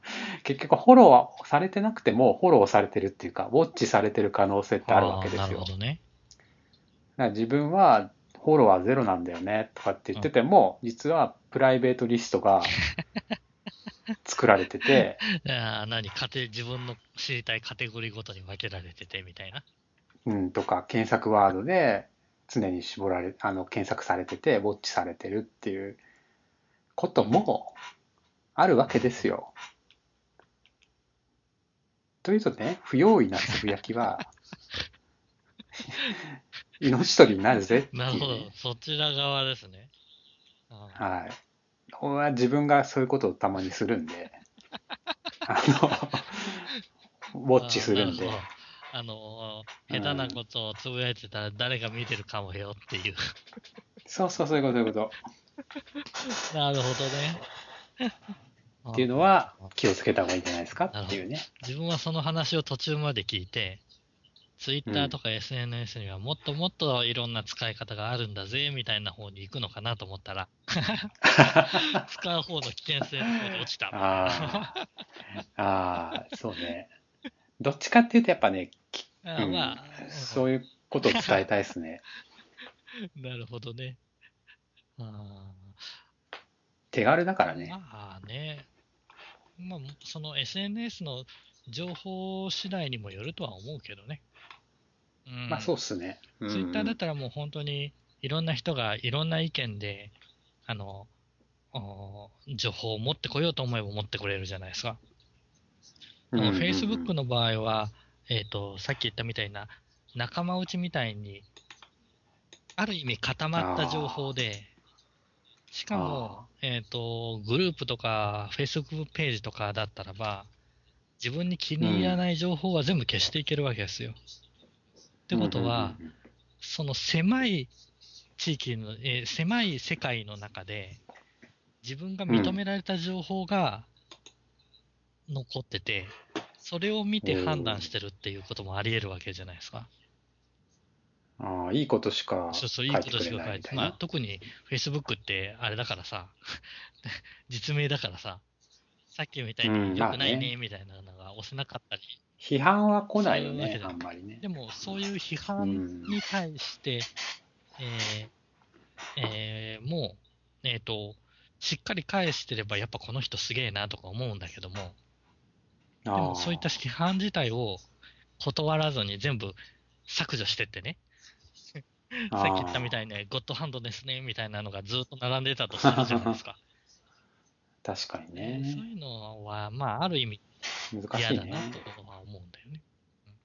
Speaker 1: 結局フォローはされてなくてもフォローされてるっていうか、ウォッチされてる可能性ってあるわけで
Speaker 2: ああな
Speaker 1: す
Speaker 2: る
Speaker 1: よ。
Speaker 2: ほ
Speaker 1: だか
Speaker 2: どね。
Speaker 1: ら自分はフォロワーゼロなんだよねとかって言ってても、実はプライベートリストが作られて
Speaker 2: (laughs)
Speaker 1: て、
Speaker 2: ああ何カテ自分の知りたいカテゴリーごとに分けられててみたいな。
Speaker 1: うん、とか検索ワードで常に絞られあの検索されててウォッチされてるっていうこともあるわけですよ。というとね不用意なつぶやきは (laughs) 命取りになるぜっていう
Speaker 2: なるほど
Speaker 1: ね。。
Speaker 2: そちら側ですね。ああ
Speaker 1: はい。俺は自分がそういうことをたまにするんであのウォッチするんで
Speaker 2: あ。あなるほどあの、下手なことをつぶやいてたら誰が見てるかもよっていう。
Speaker 1: そうそうそういうことそういうこと。
Speaker 2: (laughs) なるほどね。
Speaker 1: っていうのは気をつけた方がいいんじゃないですかっていうね。
Speaker 2: 自分はその話を途中まで聞いて、ツイッタ
Speaker 1: う
Speaker 2: ー
Speaker 1: ん
Speaker 2: とか SNS にはもっともっといろんな使い方があるんだぜ、みたいな方に行くのかなと
Speaker 1: (laughs)
Speaker 2: 思ったら、使う方の危険性の方に落ちた。
Speaker 1: ああ、ああ、そうね。どっちかっていうと、やっぱね、き
Speaker 2: あー
Speaker 1: うん
Speaker 2: まあ、
Speaker 1: そういうことを伝えたいですね。
Speaker 2: うんなるほどね。あ
Speaker 1: 手軽だから
Speaker 2: ー
Speaker 1: ね。
Speaker 2: まあね、まあ、その SNS の情報次第にもよるとは思うけどね。うん
Speaker 1: まあ、そうっすね。うん
Speaker 2: ツイッターだったらもう本当にいろんな人がいろんな意見で、あの、お情報を持ってこようと思えば持ってこれるじゃないですか。
Speaker 1: うんうんうん
Speaker 2: フェイスブックの場合は、えっ、と、さっき言ったみたいな仲間内みたいに、ある意味固まった情報で、しかも、えっ、と、グループとか、フェイスブックページとかだったらば、自分に気に入らない情報は全部消していけるわけですよ。ってことは、、
Speaker 1: うんうん
Speaker 2: その狭い地域の、えー狭い世界の中で、自分が認められた情報が残ってて、それを見て判断してるっていうこともあり得るわけじゃないですか。
Speaker 1: うんああ、いいことしか書
Speaker 2: そうそう、い
Speaker 1: い
Speaker 2: いこ
Speaker 1: て
Speaker 2: と
Speaker 1: く
Speaker 2: し
Speaker 1: れ
Speaker 2: か
Speaker 1: な
Speaker 2: 書
Speaker 1: い
Speaker 2: い
Speaker 1: み
Speaker 2: て、
Speaker 1: たい
Speaker 2: まあ、
Speaker 1: な。
Speaker 2: 特に Facebook ってあれだからさ、 (laughs) 実名だからさ、さっきみたい
Speaker 1: うん
Speaker 2: に良くな
Speaker 1: まあ
Speaker 2: い
Speaker 1: ね
Speaker 2: ねみたいなのが押せなかったり、
Speaker 1: 批判は来ないよ
Speaker 2: そういうわけ
Speaker 1: ね、
Speaker 2: じゃ
Speaker 1: あ
Speaker 2: ない
Speaker 1: んまりね
Speaker 2: で。も、そういう批判に対して、えーえーもう、えっ、と、しっかり返してれば、やっぱこの人すげえなとか思うんだけども、
Speaker 1: で
Speaker 2: でもそういった批判自体を断らずに全部削除してってね、さっき言ったみ
Speaker 1: い
Speaker 2: たいにね、ゴッドハンドですね、みたいなのがずっと並んでたとするじゃないですか。
Speaker 1: 確かに
Speaker 2: ねそう
Speaker 1: ね
Speaker 2: いうのは、まあ、ある意味
Speaker 1: 難し
Speaker 2: 嫌
Speaker 1: い
Speaker 2: だな
Speaker 1: ね
Speaker 2: とは思うんだよね。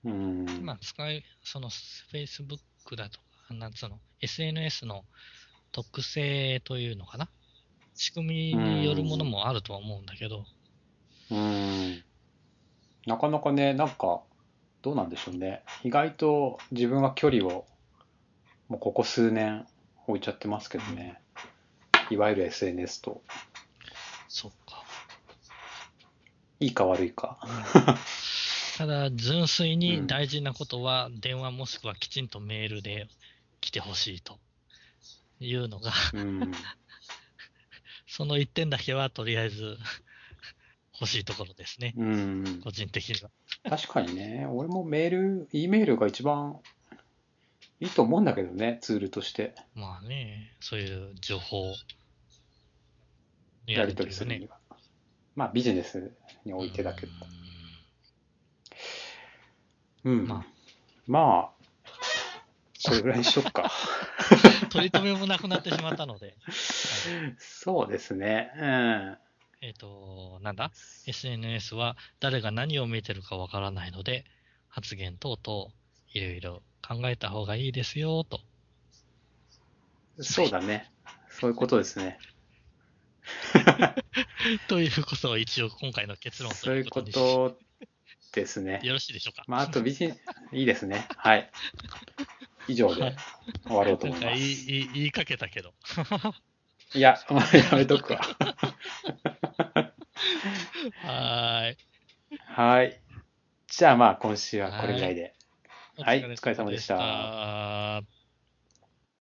Speaker 1: うん
Speaker 2: まあ、使い、その Facebook だとか、なんつうの、SNS の特性というのかな。仕組みによるものもあるとは思うんだけど、
Speaker 1: うんなかなかねなんかどうなんでしょうね意外と自分は距離をもうここ数年置いちゃってますけどねいわゆる SNS と
Speaker 2: そっか。
Speaker 1: いいか悪いか
Speaker 2: ただ、純粋に大事なことは、電話もしくはきちんとメールで来てほしいというのが、 (laughs)
Speaker 1: うん
Speaker 2: その一点だけはとりあえず (laughs) 欲しいところですね。
Speaker 1: うん
Speaker 2: 個人的には。
Speaker 1: 確かにね俺もメール E メールが一番いいと思うんだけどねツールとして
Speaker 2: まあね、そういう情報の
Speaker 1: やり取りす
Speaker 2: が
Speaker 1: るには、まあビジネスにおいてだけどうん、
Speaker 2: まあ
Speaker 1: まあこれぐらいにしとくか
Speaker 2: うん取り留めもなくなってしまっ
Speaker 1: (laughs)
Speaker 2: たので、はい
Speaker 1: そうですね。うん。
Speaker 2: えっ、と、なんだ ?SNS は誰が何を見てるかわからないので、発言等々、いろいろ考えた方がいいですよ、と。
Speaker 1: そうだね。そういうことですね。
Speaker 2: ということを一応今回の結論
Speaker 1: そういうこ
Speaker 2: に
Speaker 1: とですね。
Speaker 2: よろしいでしょうか。
Speaker 1: まあ、あとビジネス、いいですね。はい。以上
Speaker 2: は
Speaker 1: で
Speaker 2: い
Speaker 1: 終わろうと思い
Speaker 2: なん
Speaker 1: ま
Speaker 2: か
Speaker 1: す。
Speaker 2: 言い
Speaker 1: い
Speaker 2: 言い言いかけたけど。
Speaker 1: や、まあやめとくわ。
Speaker 2: はーい。
Speaker 1: はい。じゃあまあ、今週はこれぐらいで。はい
Speaker 2: お
Speaker 1: お疲れ様でした
Speaker 2: 疲れ様でした